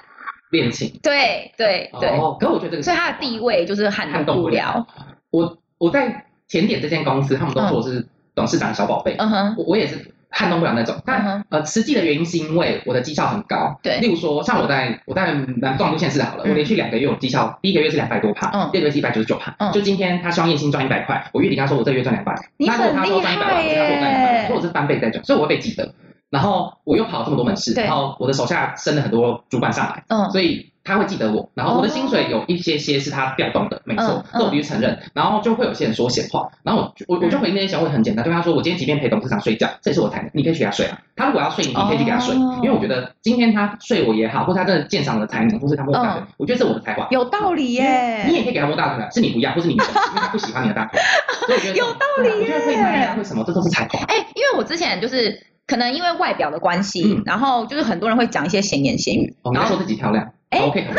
Speaker 2: 恋情。
Speaker 1: 对对对，
Speaker 2: 哦，可我觉得这个
Speaker 1: 所以她的地位就是撼
Speaker 2: 撼
Speaker 1: 动
Speaker 2: 动
Speaker 1: 不
Speaker 2: 不
Speaker 1: 了
Speaker 2: 了。我我在甜点这间公司，他们都说我是董事长小宝贝，
Speaker 1: 嗯嗯哼，
Speaker 2: 我我也是撼动不了那种。但、
Speaker 1: 嗯
Speaker 2: 呃，实际的原因是因为我的绩效很高。
Speaker 1: 对
Speaker 2: 例如说，像我在我在南中部县市好了，
Speaker 1: 嗯
Speaker 2: 我连续两个月我绩效，第一个月是两百多趴，
Speaker 1: 嗯
Speaker 2: 第二个月是一百九十九趴。
Speaker 1: 嗯
Speaker 2: 就今天他希望燕薪赚一百块，我月底跟他说我这个月赚两百，
Speaker 1: 你
Speaker 2: 那如果
Speaker 1: 很
Speaker 2: 他说
Speaker 1: 厉
Speaker 2: 赚一百万，
Speaker 1: 害
Speaker 2: 我跟他说赚一百
Speaker 1: 耶
Speaker 2: 万，所以我是翻倍在赚，所以我会被记得。然后我又跑这么多门市，
Speaker 1: 对
Speaker 2: 然后我的手下升了很多主管上来，
Speaker 1: 嗯
Speaker 2: 所以他会记得我。然后我的
Speaker 1: 哦
Speaker 2: 薪水有一些些是他调动的，没
Speaker 1: 嗯
Speaker 2: 错，这我必须承认。然后就会有些人说闲话，然后我就我我就回应那些小问很简单，对他说我今天即便陪董事长睡觉，这也是我才能，你可以去给他睡啊。他如果要睡你，你可以去给他睡，
Speaker 1: 哦
Speaker 2: 因为我觉得今天他睡我也好，或者他真的鉴赏我的才能，或是他摸我大腿
Speaker 1: 嗯，
Speaker 2: 我觉得这是我的才华。
Speaker 1: 有道理
Speaker 2: 你
Speaker 1: 耶，
Speaker 2: 也可以给他摸大腿啊，是你不要，或是你不要，因为他不喜欢你的大腿。所以我觉得
Speaker 1: 有道理
Speaker 2: 我觉得会
Speaker 1: 耶
Speaker 2: 卖啊，为什么这都是才华？
Speaker 1: 哎、因为我之前就是可能因为外表的关系，
Speaker 2: 嗯哦
Speaker 1: 然后就是很多人会讲一些闲言闲语，
Speaker 2: 我们
Speaker 1: 然
Speaker 2: 要
Speaker 1: 后
Speaker 2: 说自己漂亮
Speaker 1: 哎
Speaker 2: ，OK，我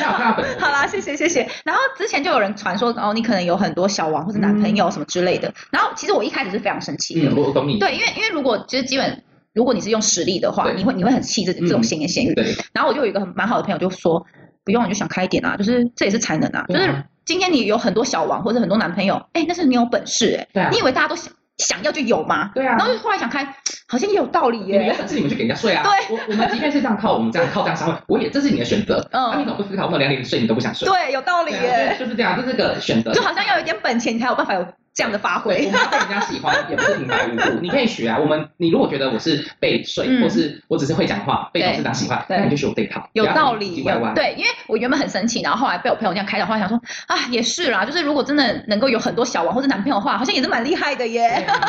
Speaker 2: 像我看到本人，
Speaker 1: 好啦，谢谢谢谢。然后之前就有人传说哦，你可能有很多小王或者男朋友什么之类的。然后其实我一开始是非常生气的，
Speaker 2: 嗯，我我懂你，
Speaker 1: 对，因为因为如果其实基本如果你是用实力的话，
Speaker 2: 对
Speaker 1: 你会你会很气这这种
Speaker 2: 嗯
Speaker 1: 闲言闲语。
Speaker 2: 对，
Speaker 1: 然后我就有一个很蛮好的朋友就说，不用你就想开一点啊，就是这也是才能啊，就
Speaker 2: 对啊
Speaker 1: 是今天你有很多小王或者很多男朋友，哎、那是你有本事哎、
Speaker 2: 对啊
Speaker 1: 你以为大家都想想要就有吗？
Speaker 2: 对啊
Speaker 1: 然后就后来想开，好像也有道理
Speaker 2: 你没
Speaker 1: 耶、
Speaker 2: 本事，你们去给人家睡啊！
Speaker 1: 对
Speaker 2: 我我们即便是这样靠我们这样靠这样商会，我也这是你的选择。
Speaker 1: 嗯
Speaker 2: 啊，你怎么不思考？我们两点睡你都不想睡？
Speaker 1: 对，有道理
Speaker 2: 对啊
Speaker 1: 耶、
Speaker 2: 就是这样，这是个选择
Speaker 1: 就。好像要有一点本钱，你才有办法有这样的发
Speaker 2: 对，我
Speaker 1: 挥。
Speaker 2: 们要被人家喜欢也不是平白无故，你可以学啊。我们你如果觉得我是被睡，
Speaker 1: 嗯
Speaker 2: 或是我只是会讲话，被董事长喜欢，
Speaker 1: 对
Speaker 2: 那你就学我这一套，
Speaker 1: 有
Speaker 2: 不要
Speaker 1: 道
Speaker 2: 唧
Speaker 1: 理，
Speaker 2: 唧歪
Speaker 1: 有
Speaker 2: 歪。
Speaker 1: 对，因为我原本很生气，然后后来被我朋友这样开导，后来想说啊，也是啦，就是如果真的能够有很多小王或者男朋友的话，好像也是蛮厉害的
Speaker 2: 对
Speaker 1: 耶。
Speaker 2: 啊。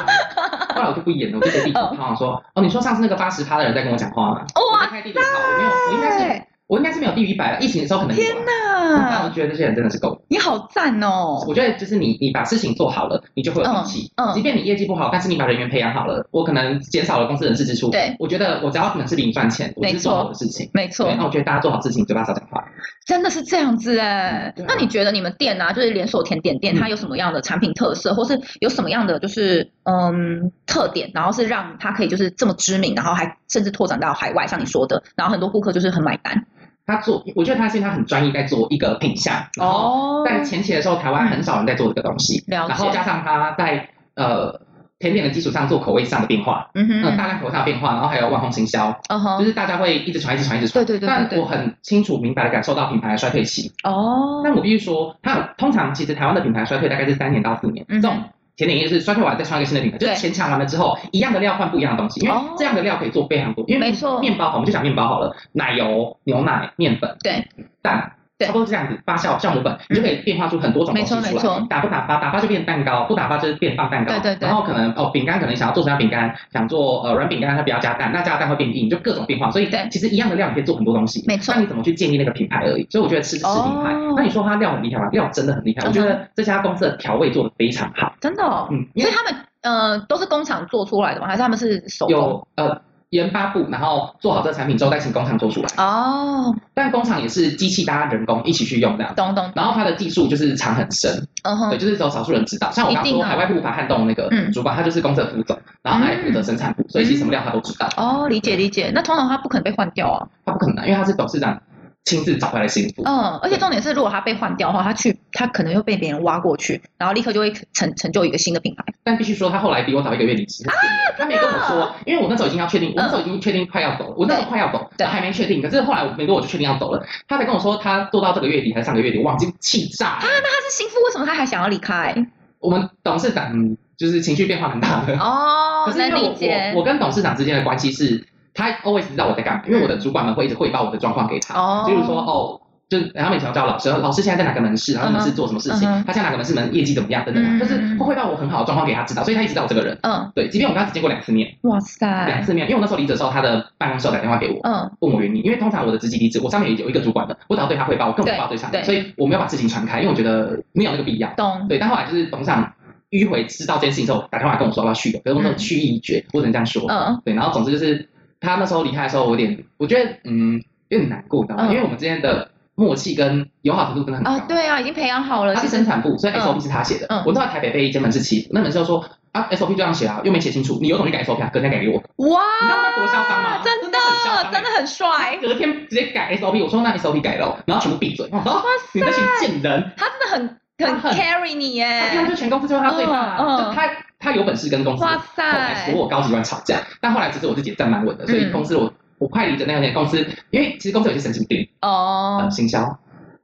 Speaker 2: 后来我就不演了，我就直接地图炮说：“哦，你说上次那个八十趴的人在跟我讲话吗？”
Speaker 1: 嗯
Speaker 2: 我
Speaker 1: 哇
Speaker 2: 就开地图炮，我没有，我应该是
Speaker 1: 塞，
Speaker 2: 我应该是没有低于一百了。疫情的时候可能有啊
Speaker 1: 天
Speaker 2: 但我
Speaker 1: 哪，
Speaker 2: 觉得这些人真的是够了。
Speaker 1: 你好赞哦！
Speaker 2: 我觉得就是你，你把事情做好了，你就会有底气。
Speaker 1: 嗯嗯
Speaker 2: 即便你业绩不好，但是你把人员培养好了，我可能减少了公司人事支出。
Speaker 1: 对，
Speaker 2: 我觉得我只要能是零赚钱，我
Speaker 1: 没
Speaker 2: 就是
Speaker 1: 错
Speaker 2: 做好我的事情。
Speaker 1: 没错
Speaker 2: 对，，那我觉得大家做好事情，嘴巴少讲话。
Speaker 1: 真的是这样子哎
Speaker 2: 嗯。对啊
Speaker 1: 那你觉得你们店啊，就是连锁甜点店，
Speaker 2: 嗯
Speaker 1: 它有什么样的产品特色，或是有什么样的就是嗯特点，然后是让它可以就是这么知名，然后还甚至拓展到海外，像你说的，然后很多顾客就是很买单。
Speaker 2: 他做，我觉得他现在很专一，在做一个品相。然后
Speaker 1: 哦嗯
Speaker 2: 在前期的时候，台湾很少人在做这个东西。
Speaker 1: 了解
Speaker 2: 然后加上他在呃甜点的基础上做口味上的变化，
Speaker 1: 嗯哼，
Speaker 2: 嗯，
Speaker 1: 嗯
Speaker 2: 大量口味上的变化，然后还有网红行销，就
Speaker 1: 哼，
Speaker 2: 是大家会一直传，一直传，一直传。
Speaker 1: 对对对对
Speaker 2: 但
Speaker 1: 对
Speaker 2: 我很清楚明白的感受到品牌的衰退期。
Speaker 1: 哦，
Speaker 2: 但我必须说，它有通常其实台湾的品牌衰退大概是三年到四年，
Speaker 1: 嗯哼
Speaker 2: 这种甜点业是衰退完再创一个新的品牌，就
Speaker 1: 对
Speaker 2: 是前抢完了之后，一样的料换不一样的东西，因为
Speaker 1: 哦
Speaker 2: 这样的料可以做非常多。因为
Speaker 1: 没错
Speaker 2: 面包好，我们就讲面包好了，奶油、牛奶、面粉、
Speaker 1: 对
Speaker 2: 蛋。
Speaker 1: 对嗯
Speaker 2: 差不多是这样子发酵酵母粉，你就可以变化出很多种
Speaker 1: 没
Speaker 2: 东
Speaker 1: 错
Speaker 2: 西
Speaker 1: 没
Speaker 2: 出来
Speaker 1: 错。
Speaker 2: 打不打发，打发就变蛋糕，不打发就是变棒蛋糕。
Speaker 1: 对对对
Speaker 2: 然后可能哦，饼干可能想要做成像饼干，想做呃软饼干，它不要加蛋，那加蛋会变硬，就各种变化。所以
Speaker 1: 对
Speaker 2: 其实一样的料你可以做很多东西。
Speaker 1: 没错
Speaker 2: 那你怎么去建立那个品牌而已？所以我觉得吃是品牌。
Speaker 1: 哦嗯
Speaker 2: 那你说它料很厉害吗？料真的很厉害，我觉得这家公司的调味做的非常好。
Speaker 1: 真的、哦，
Speaker 2: 嗯，因
Speaker 1: 所以
Speaker 2: 为
Speaker 1: 他们呃都是工厂做出来的吗？还是他们是手工？
Speaker 2: 有呃研发部，然后做好这个产品之后再请工厂做出来，
Speaker 1: 哦，
Speaker 2: 但工厂也是机器搭人工一起去用这样。
Speaker 1: 懂懂，
Speaker 2: 然后它的技术就是藏很深，
Speaker 1: 嗯
Speaker 2: 对，
Speaker 1: 哼，
Speaker 2: 就是只有少数人知道。像我刚
Speaker 1: 一
Speaker 2: 刚
Speaker 1: 定
Speaker 2: 说
Speaker 1: 啊
Speaker 2: 海外护法撼动那个
Speaker 1: 嗯
Speaker 2: 主管，他就是公司的副总，然后他也负责生产部，所以其实什么料他都知道，
Speaker 1: 哦，理解理解。那通常他不可能被换掉啊，
Speaker 2: 他不可能啊，因为他是董事长亲自找回来的新妇。
Speaker 1: 嗯，而且重点是，如果他被换掉的话，他去他可能又被别人挖过去，然后立刻就会成成就一个新的品牌。
Speaker 2: 但必须说，他后来比我早一个月离职。啊，他没跟我
Speaker 1: 哦
Speaker 2: 说，因为我那时候已经要确定，我那时候已经确定快要走了，我那时候快要走，
Speaker 1: 嗯对
Speaker 2: 还没确定。可是后来我没多久就确定要走了，他才跟我说他做到这个月底还是上个月底，我忘记气炸了。
Speaker 1: 那他是新妇，为什么他还想要离开？
Speaker 2: (laughs) 我们董事长嗯就是情绪变化很大的，
Speaker 1: 哦
Speaker 2: 可，是因
Speaker 1: 能
Speaker 2: 为
Speaker 1: 理
Speaker 2: 我
Speaker 1: 解
Speaker 2: 我。我跟董事长之间的关系是，他 always 知道我在干嘛，因为我的主管们会一直汇报我的状况给他，
Speaker 1: 嗯哦
Speaker 2: 比如说哦。就是然后每天要叫老师，老师现在在哪个门市，然后门市做什么事
Speaker 1: 嗯
Speaker 2: 情
Speaker 1: 哼
Speaker 2: 他现在哪个门市门业绩怎么样等等
Speaker 1: 嗯
Speaker 2: 啊，就是会汇报我很好的状况给他知道，所以他也知道我这个人。
Speaker 1: 嗯，
Speaker 2: 对，即便我跟他只见过两次面，
Speaker 1: 哇
Speaker 2: 两
Speaker 1: 塞，
Speaker 2: 次面，因为我那时候离职的时候，他的办公室有打电话给我，
Speaker 1: 哎嗯，
Speaker 2: 问我原因。因为通常我的职级离职，我上面有一个主管的，我只要对他汇报，我更不
Speaker 1: 对
Speaker 2: 汇报对上
Speaker 1: 对嗯
Speaker 2: 面，所以我没有把事情传开，因为我觉得没有那个必要。
Speaker 1: 懂。
Speaker 2: 对，但后来就是董事长迂回知道这件事情之后，打电话跟我说要不要续的，可是我
Speaker 1: 嗯
Speaker 2: 那种去意已决，我只能这样说。
Speaker 1: 嗯，
Speaker 2: 对，然后总之就是他那时候离开的时候，我有点，我觉得嗯有点难过，你知道吗？
Speaker 1: 嗯
Speaker 2: 因为我们之间的默契跟友好程度真的很高。
Speaker 1: 啊，对啊，已经培养好了。
Speaker 2: 他
Speaker 1: 其实
Speaker 2: 是生呃产部，所以
Speaker 1: 嗯
Speaker 2: SOP 是他写的。
Speaker 1: 嗯
Speaker 2: 我到台北被一间门市欺负，那门市就说啊 SOP 就这样写啊，又没写清楚，你有种去改 SOP 啊，隔天改给
Speaker 1: 嗯
Speaker 2: 我。你知道
Speaker 1: 哇，
Speaker 2: 那多嚣张吗？
Speaker 1: 真的
Speaker 2: 很嚣张欸
Speaker 1: 真的很帅。
Speaker 2: 隔天直接改 SOP，我说那 SOP 改了哦，然后全部闭嘴。我说
Speaker 1: 哇
Speaker 2: 你
Speaker 1: 塞
Speaker 2: 这群贱人，
Speaker 1: 他真的很很
Speaker 2: 很
Speaker 1: carry 你耶，
Speaker 2: 因为就全公司就他最大，
Speaker 1: 哎嗯嗯
Speaker 2: 就他他有本事跟公司哦
Speaker 1: 哇
Speaker 2: 后
Speaker 1: 塞
Speaker 2: 来所，有高级官吵架，但后来其实我自己也站蛮稳的，所以
Speaker 1: 嗯
Speaker 2: 公司我我快离职那两天，公司因为其实公司有些神经病，
Speaker 1: 哦
Speaker 2: 呃，，行销，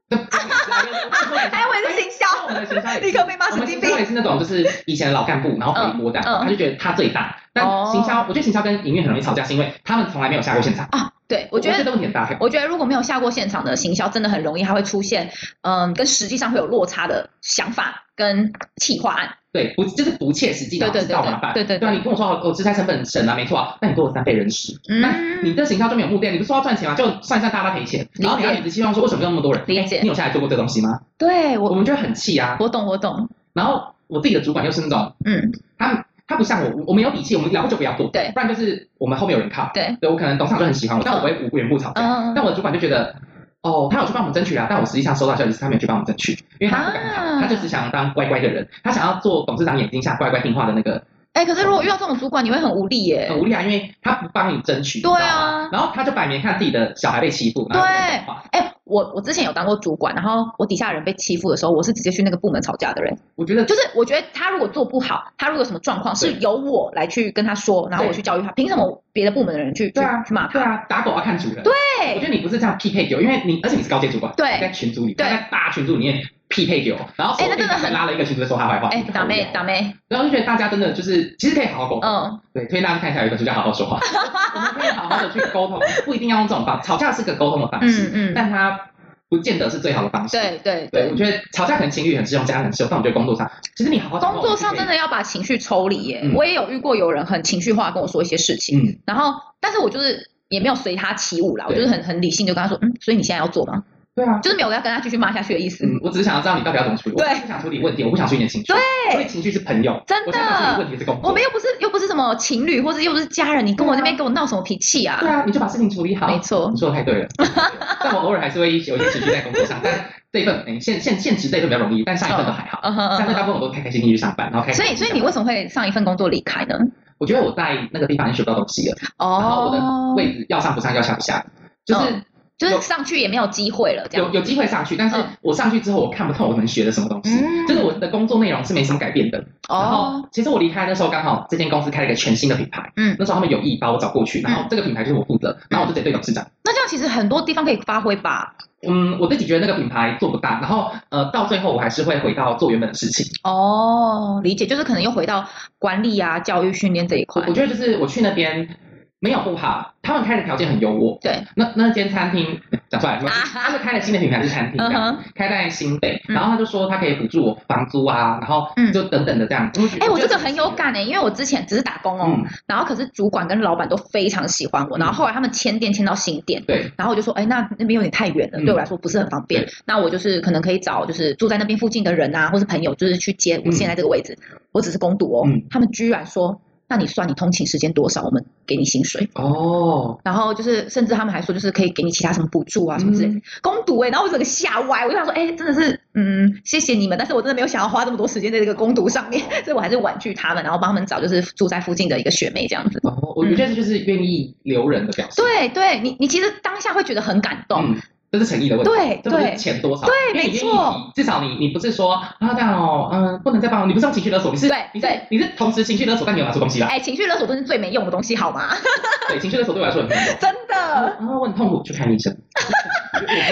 Speaker 2: 对，还
Speaker 1: (laughs) 还以为是行销
Speaker 2: 我们的行销也
Speaker 1: (laughs)
Speaker 2: 是
Speaker 1: 立刻被骂啊
Speaker 2: 我
Speaker 1: 神
Speaker 2: 们
Speaker 1: 经
Speaker 2: 行
Speaker 1: 病
Speaker 2: 销。也是那种，就是以前的老干部，然后回锅蛋，
Speaker 1: 嗯嗯
Speaker 2: 他就觉得他最大。但
Speaker 1: 哦
Speaker 2: 行销，我觉得行销跟营运很容易吵架，是因为他们从来没有下过现场。
Speaker 1: 啊，对，我觉
Speaker 2: 这
Speaker 1: 得。
Speaker 2: 个问题很大条。
Speaker 1: 我觉得如果没有下过现场的行销，真的很容易它会出现，嗯，跟实际上会有落差的想法跟企划案。
Speaker 2: 对，不就是不切实际的，
Speaker 1: 对对
Speaker 2: 知道麻烦。
Speaker 1: 对对对对
Speaker 2: 对啊，你跟我说哦我职差成本省啊，没错啊，那你给我三倍人事，那
Speaker 1: 嗯，
Speaker 2: 你的行销就没有目标，你不是说要赚钱吗？就算一算大家赔钱，然后你要理直气壮说为什么要那么多人？
Speaker 1: 理解
Speaker 2: 哎你有下来做过这东西吗？
Speaker 1: 对
Speaker 2: 我
Speaker 1: 我
Speaker 2: 们就会很气啊。
Speaker 1: 我懂我懂，
Speaker 2: 然后我自己的主管又是那种，
Speaker 1: 嗯，
Speaker 2: 他他不像我，我我们有底气，我们了就不要做，
Speaker 1: 对
Speaker 2: 不然就是我们后面有人靠。
Speaker 1: 对，
Speaker 2: 对我可能董事长就很喜欢我，但我不会无缘无故吵架。
Speaker 1: 嗯，
Speaker 2: 但我的主管就觉得，哦，他有去帮我们争取啊，但我实际上收到消息是他没有去帮我们争取，因为他不敢当，
Speaker 1: 啊
Speaker 2: 他就只想当乖乖的人，他想要做董事长眼睛下乖乖听话的那个
Speaker 1: 哎，可是如果遇到这种主管，你会很无力耶
Speaker 2: 很。无力啊，因为他不帮你争取，你知道
Speaker 1: 对啊
Speaker 2: 吗然后他就摆明看自己的小孩被欺负，然后
Speaker 1: 对
Speaker 2: 讲话
Speaker 1: 哎，我我之前有当过主管，然后我底下人被欺负的时候，我是直接去那个部门吵架的人。
Speaker 2: 我觉得
Speaker 1: 就是我觉得他如果做不好，他如果有什么状况，是
Speaker 2: 对
Speaker 1: 由我来去跟他说，然后我去教育他。凭什么别的部门的人去去
Speaker 2: 对啊
Speaker 1: 去骂他？
Speaker 2: 对啊，打狗要看主人，我
Speaker 1: 对
Speaker 2: 觉得你不是这样匹配丢，因为你而且你是高阶主管，
Speaker 1: 对
Speaker 2: 你在群组里，
Speaker 1: 对
Speaker 2: 他在大群组里面匹配丢，然后
Speaker 1: 哎那真的
Speaker 2: 手
Speaker 1: 很
Speaker 2: 拉了一个哦群组在说他坏话，
Speaker 1: 哎，
Speaker 2: 就
Speaker 1: 打
Speaker 2: 好无聊
Speaker 1: 妹打妹，
Speaker 2: 然后就觉得大家真的就是其实可以好好沟通，
Speaker 1: 嗯，
Speaker 2: 对，推荐大家看一下有一本书叫《好好说
Speaker 1: (laughs)
Speaker 2: 话》，我们可以好好的去沟通，不一定要用这种方，吵架是个沟通的方式，
Speaker 1: 嗯嗯
Speaker 2: 但它不见得是最好的方式。
Speaker 1: 对对
Speaker 2: 对，
Speaker 1: 对
Speaker 2: 我，觉得吵架可能情侣很适用，家人很适用，但我觉得工作上，其实你好好
Speaker 1: 工作上真
Speaker 2: 的，
Speaker 1: 的要把情绪抽离耶。
Speaker 2: 嗯
Speaker 1: 我也有遇过有人很情绪化跟我说一些事情，
Speaker 2: 嗯，
Speaker 1: 然后但是我就是也没有随他起舞啦，我
Speaker 2: 对
Speaker 1: 就是很很理性就跟他说，嗯，所以你现在要做吗？
Speaker 2: 对啊，
Speaker 1: 就是没有要跟他继续骂下去的意思。
Speaker 2: 嗯，我只是想要知道你到底要怎么处理，我
Speaker 1: 对
Speaker 2: 不想处理问题，我不想处理你的情绪，
Speaker 1: 对
Speaker 2: 所以情绪是朋友，
Speaker 1: 真的
Speaker 2: 我想处理问题是工
Speaker 1: 我
Speaker 2: 作
Speaker 1: 们，又不是又不是什么情侣，或者又不是家人，你跟我那边
Speaker 2: 对啊
Speaker 1: 跟我闹什么脾气啊
Speaker 2: 对？啊，你就把事情处理好，
Speaker 1: 没错
Speaker 2: 你，说的太对了， (laughs) 但我偶尔还是会有一些情绪在工作上，但这一份，哎，现现现职这一份比较容易，但上一份都还好，
Speaker 1: 嗯哼嗯
Speaker 2: 上一份
Speaker 1: 哼
Speaker 2: 大部分我都开开心心去上班，然后开
Speaker 1: 所
Speaker 2: 开
Speaker 1: 以，
Speaker 2: 心
Speaker 1: 所
Speaker 2: 心
Speaker 1: 以你
Speaker 2: 上班
Speaker 1: 为什么会上一份工作离开呢？
Speaker 2: 我觉得我在那个地方已经学不到东西了，然后我
Speaker 1: 哦
Speaker 2: 的位置要上不上，要下不下，就是
Speaker 1: 嗯就是
Speaker 2: 有
Speaker 1: 上去也没有机会了，这
Speaker 2: 有
Speaker 1: 样。
Speaker 2: 有机会上去，但是
Speaker 1: 嗯
Speaker 2: 我上去之后，我看不透我能学的什么东西，
Speaker 1: 嗯
Speaker 2: 就是我的工作内容是没什么改变的。然后
Speaker 1: 哦，
Speaker 2: 其实我离开那时候刚好这间公司开了一个全新的品牌，
Speaker 1: 嗯
Speaker 2: 那时候他们有意把我找过去，然后这个品牌就是我负责，然后我就得对董事长。
Speaker 1: 那这样其实很多地方可以发挥吧？
Speaker 2: 嗯，我自己觉得那个品牌做不大，然后呃，到最后我还是会回到做原本的事情。
Speaker 1: 哦，理解，就是可能又回到管理啊、教育训练这一
Speaker 2: 我
Speaker 1: 块
Speaker 2: 我。觉得就是我去那边没有不好，他们开的条件很优渥，
Speaker 1: 对，
Speaker 2: 那那间餐厅讲出来，没关系
Speaker 1: 啊
Speaker 2: 他是开了新的品牌是餐厅，这
Speaker 1: 嗯
Speaker 2: 样
Speaker 1: 哼，
Speaker 2: 开在新北，
Speaker 1: 嗯
Speaker 2: 然后他就说他可以补助我房租啊，然后
Speaker 1: 嗯
Speaker 2: 就等等的这样。
Speaker 1: 哎，我
Speaker 2: 觉
Speaker 1: 这
Speaker 2: 得
Speaker 1: 个很有感诶，因为我之前只是打工哦，
Speaker 2: 嗯，
Speaker 1: 然后可是主管跟老板都非常喜欢我，然后后来他们迁店迁到新店。
Speaker 2: 对，
Speaker 1: 然后我就说，哎，那那边有点太远了，
Speaker 2: 嗯
Speaker 1: 对我来说不是很方便
Speaker 2: 对。
Speaker 1: 那我就是可能可以找就是住在那边附近的人啊，或是朋友，就是去接我现在这个位置。我只是攻读哦，
Speaker 2: 嗯
Speaker 1: 他们居然说，那你算你通勤时间多少，我们给你薪水。
Speaker 2: 哦，
Speaker 1: 然后就是，甚至他们还说，就是可以给你其他什么补助啊，什么之类的。
Speaker 2: 嗯
Speaker 1: 攻读哎、然后我整个吓歪，我就想说，哎、真的是，嗯，谢谢你们，但是我真的没有想要花这么多时间在这个攻读上面， (laughs) 所以我还是婉拒他们，然后帮他们找就是住在附近的一个学妹这样子。
Speaker 2: 哦，我觉得这就是愿意留人的表现，
Speaker 1: 对，对你你其实当下会觉得很感动，
Speaker 2: 嗯，这是诚意的问题。
Speaker 1: 对
Speaker 2: 这不是
Speaker 1: 对
Speaker 2: 钱多少？
Speaker 1: 对
Speaker 2: 因为你
Speaker 1: 没
Speaker 2: 愿意
Speaker 1: 错
Speaker 2: 提至少你你不是说啊，这样哦，嗯，不能再帮我，你不是用情绪勒索，你是
Speaker 1: 对
Speaker 2: 你是
Speaker 1: 对
Speaker 2: 你是同时情绪勒索，但你有拿出东西
Speaker 1: (laughs)
Speaker 2: 来，
Speaker 1: 哎、情绪勒索真是最没用的东西，好吗？ (laughs)
Speaker 2: 对，情绪勒索对我来说很痛苦。
Speaker 1: 真的，
Speaker 2: 然后我很痛苦，去看医
Speaker 1: (laughs)
Speaker 2: 生。我不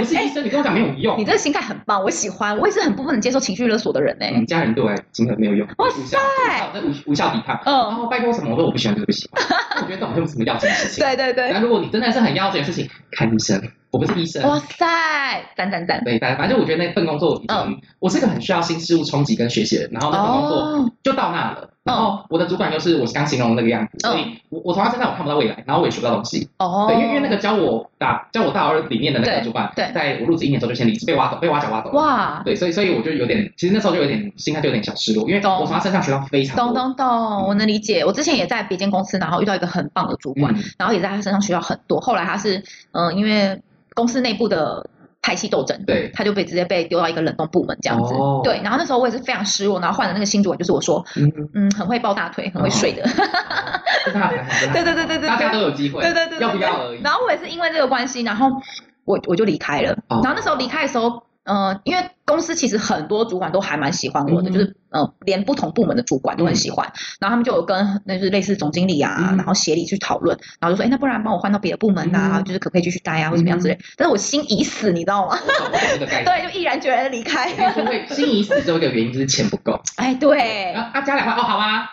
Speaker 2: 是医生，你跟我讲没有用
Speaker 1: 你。这个心态很棒，我喜欢，我也是很不能接受情绪勒索的人哎、
Speaker 2: 嗯，家人对我来真的没有用，
Speaker 1: 哇
Speaker 2: 无效，无效这无无效抵抗。然
Speaker 1: 嗯，
Speaker 2: 后哦拜托什么，我说我不喜欢就是不喜欢，我觉得这种就是什么要紧的事情。
Speaker 1: 对对对，
Speaker 2: 那如果你真的是很要紧的事情，看医生，我不是医生。
Speaker 1: 哇塞，赞赞赞，
Speaker 2: 对，反反正我觉得那份工作已经，我是个很需要新事物冲击跟学习的人，然后那份工作
Speaker 1: 嗯哦，嗯
Speaker 2: 就到那了。然后我的主管又是我刚形容的那个样子，所以我我从他身上我看不到未来，然后我也学不到东西。
Speaker 1: 哦，
Speaker 2: 对，因为因为那个教我打教我大二里面的那个
Speaker 1: 对
Speaker 2: 主管，
Speaker 1: 对
Speaker 2: 在我入职一年之后就先离职，被挖走，被挖角挖走了。
Speaker 1: 哇，
Speaker 2: 对，所以所以我就有点，其实那时候就有点心态就有点小失落，因为
Speaker 1: 懂
Speaker 2: 我从他身上学到非常多。
Speaker 1: 懂懂懂，我能理解。我之前也在别间公司，然后遇到一个很棒的主管，
Speaker 2: 嗯
Speaker 1: 然后也在他身上学到很多。后来他是，嗯、因为公司内部的派系斗争，
Speaker 2: 对，
Speaker 1: 他就被直接被丢到一个冷冻部门这样子。
Speaker 2: 哦
Speaker 1: 对，然后那时候我也是非常失落，然后换了那个新主管，就是我说，
Speaker 2: 嗯，
Speaker 1: 嗯，很会抱大腿，很会睡的。
Speaker 2: 跟他谈
Speaker 1: (laughs)
Speaker 2: 好，
Speaker 1: 对
Speaker 2: 跟他
Speaker 1: 对对对对对
Speaker 2: 大家都有机会，
Speaker 1: 对对对对，
Speaker 2: 要不
Speaker 1: 对
Speaker 2: 要而已。
Speaker 1: 然后我也是因为这个关系，然后我我就离开了。
Speaker 2: 哦
Speaker 1: 然后那时候离开的时候，呃，因为公司其实很多主管都还蛮喜欢我的，
Speaker 2: 嗯
Speaker 1: 就是呃，连不同部门的主管都很喜欢。然后他们就有跟那就是类似总经理啊，
Speaker 2: 嗯
Speaker 1: 然后协理去讨论，然后就说，哎，那不然帮我换到别的部门啊，
Speaker 2: 嗯
Speaker 1: 就是可不可以继续待啊，或者怎么样之类。但是我心已死，你知道吗？
Speaker 2: 我懂我懂这个概念。
Speaker 1: 对，就毅然决然地离开
Speaker 2: 我。哎跟你说，会心已死只有一个原因，就是钱不够。
Speaker 1: 哎，对，
Speaker 2: 啊啊，加两万哦，好啊，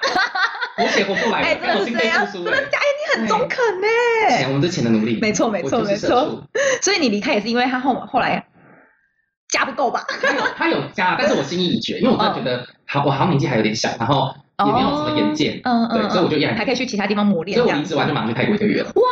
Speaker 2: 我写活过来
Speaker 1: 哎，
Speaker 2: 了，
Speaker 1: 真的
Speaker 2: 我
Speaker 1: 是
Speaker 2: 心
Speaker 1: 这
Speaker 2: 肺
Speaker 1: 样，
Speaker 2: 复
Speaker 1: 真
Speaker 2: 苏
Speaker 1: 的
Speaker 2: 了。
Speaker 1: 假？哎，你很中肯呢、
Speaker 2: 钱，我们是钱的奴隶。
Speaker 1: 没错，没错，
Speaker 2: 哎我就
Speaker 1: 没
Speaker 2: 是社
Speaker 1: 错。
Speaker 2: 畜。
Speaker 1: 所以你离开也是因为他后后来家不够吧？
Speaker 2: 他有他有加，但是我心意已决，因为我真的觉得，好，我好像年纪还有点小，然后也没有什么眼界，
Speaker 1: 哦嗯嗯，
Speaker 2: 对，所以我
Speaker 1: 嗯
Speaker 2: 就毅然
Speaker 1: 还可以去其他地方磨练。
Speaker 2: 所以
Speaker 1: 这
Speaker 2: 我
Speaker 1: 样
Speaker 2: 离职完就马上去泰国一个月了。
Speaker 1: 哇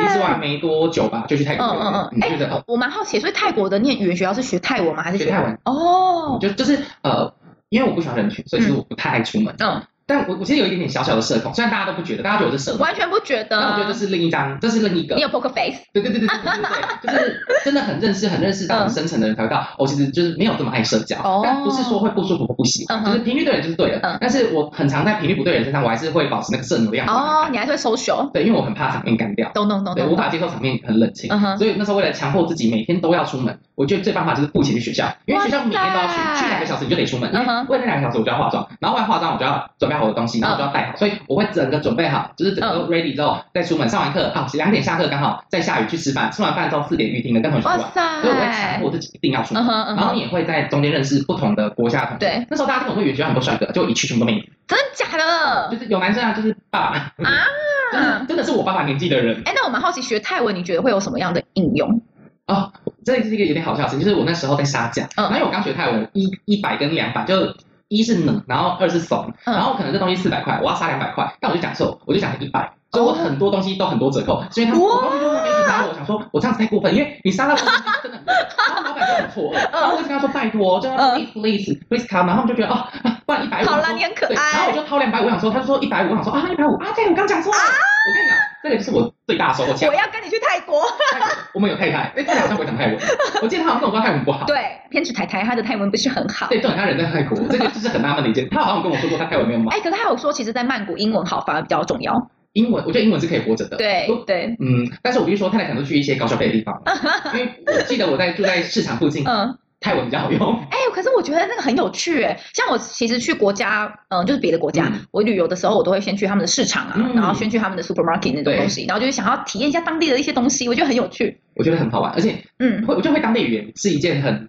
Speaker 2: 离
Speaker 1: 塞！
Speaker 2: 职完没多久吧，就去泰国一个月。
Speaker 1: 嗯嗯嗯
Speaker 2: 你觉得哦，
Speaker 1: 我蛮好奇，所以泰国的念语言学校是学泰文吗？还是
Speaker 2: 学泰文？
Speaker 1: 哦，
Speaker 2: 就就是呃，因为我不喜欢人群，所以其实我不太爱出门。
Speaker 1: 嗯，
Speaker 2: 但我我其实有一点点小小的社恐，虽然大家都不觉得，大家觉得我是社恐，
Speaker 1: 完全不觉得。
Speaker 2: 但我觉得这是另一张，这是另一个
Speaker 1: 嗯你。有 poker face，
Speaker 2: 对对对对对对对，就是真的很认识、很认识到很深层的人才会到，哦我其实就是没有这么爱社交
Speaker 1: 嗯哦，
Speaker 2: 但不是说会不舒服或不喜
Speaker 1: 嗯
Speaker 2: 欢，
Speaker 1: 哼
Speaker 2: 就是频率对人就是对
Speaker 1: 嗯
Speaker 2: 的。但是我很常在频率不对的人身上，我还是会保持那个正能量。
Speaker 1: 哦，你还是会 social，
Speaker 2: 对，因为我很怕场面干掉，
Speaker 1: 懂懂懂
Speaker 2: 对，
Speaker 1: 懂
Speaker 2: 无法
Speaker 1: 懂。
Speaker 2: 接受场面很冷清
Speaker 1: 嗯，哼
Speaker 2: 所以那时候为了强迫自己每天都要出门，我觉得最办法就是付钱去学校，因为学校每天都要去
Speaker 1: 哇，塞
Speaker 2: 去两个小时你就得出门，因
Speaker 1: 嗯
Speaker 2: 为
Speaker 1: 哼
Speaker 2: 为了那两个小时我就要化妆，然后为了化妆我就要准备好我的东西，然后我就要
Speaker 1: 嗯
Speaker 2: 带好，所以我会整个准备好，就是整个都 ready 之后再出门，上完课好两点下课刚好再下雨去吃饭，吃完饭之后四点预定的跟同学
Speaker 1: 哇
Speaker 2: 玩，所以我会强
Speaker 1: 塞！
Speaker 2: 迫自己一定要出门
Speaker 1: 嗯，哼嗯
Speaker 2: 然后
Speaker 1: 哼，
Speaker 2: 你也会在中间认识不同的国家的同学。
Speaker 1: 对，
Speaker 2: 那时候大家都很会远学校很多帅哥，就一去全部都妹子，
Speaker 1: 真的假的？
Speaker 2: 就是有男生啊，就是爸爸，
Speaker 1: 啊
Speaker 2: 就是真的是我爸爸年纪的人，
Speaker 1: 哎，那我蛮好奇，学泰文你觉得会有什么样的应用？
Speaker 2: 哦，这是一个有点好笑的事情，就是我那时候在杀价，
Speaker 1: 嗯
Speaker 2: 然后因为我刚学泰文，一一百跟两百，就一是冷，然后二是怂，
Speaker 1: 嗯
Speaker 2: 然后可能这东西四百块，我要杀两百块，但我就讲错，我就讲一百。所以我很多东西都很多折扣，所以他们
Speaker 1: 哇
Speaker 2: 我刚刚就一直杀我，想说我这样子太过分，因为你杀到我真的很多，然后老板就很错愕，然后我一直跟他说拜托，就
Speaker 1: 嗯
Speaker 2: 他 please please please come，然后他们就觉得哦，啊不然一百五，
Speaker 1: 好啦，
Speaker 2: 我说
Speaker 1: 你很可
Speaker 2: 对，然后我
Speaker 1: 爱。
Speaker 2: 就掏两百五，我想说，他就说一百五，我想说啊一百五啊，对我刚讲错了，我跟你讲，这个就是我最大的收获，
Speaker 1: 我要跟你去泰
Speaker 2: (laughs)
Speaker 1: 国。
Speaker 2: 我们有太太，哎，太太好像不会
Speaker 1: (laughs)
Speaker 2: 讲泰文，我记得他好像跟我说泰文不好。
Speaker 1: 对，偏执太太她的泰文不是很好。
Speaker 2: 对，重点他人在泰国，这个就是很纳闷的一件。他好像跟我说过他泰文没有吗？
Speaker 1: 哎，可是她有说，其实，在曼谷英文好反而比较重要。
Speaker 2: 英文，我觉得英文是可以活着的。
Speaker 1: 对对，
Speaker 2: 嗯，但是我必须说，太太可能去一些高消费的地方，
Speaker 1: (laughs)
Speaker 2: 因为我记得我在住在市场附近，
Speaker 1: 嗯。
Speaker 2: 泰文比较好用。
Speaker 1: 哎、可是我觉得那个很有趣哎，像我其实去国家，嗯、就是别的国家，
Speaker 2: 嗯
Speaker 1: 我旅游的时候，我都会先去他们的市场啊，
Speaker 2: 嗯
Speaker 1: 然后先去他们的 supermarket 那种
Speaker 2: 对
Speaker 1: 东西，然后就是想要体验一下当地的一些东西，我觉得很有趣。
Speaker 2: 我觉得很好玩，而且
Speaker 1: 嗯，
Speaker 2: 会，我觉得会当地语言是一件很，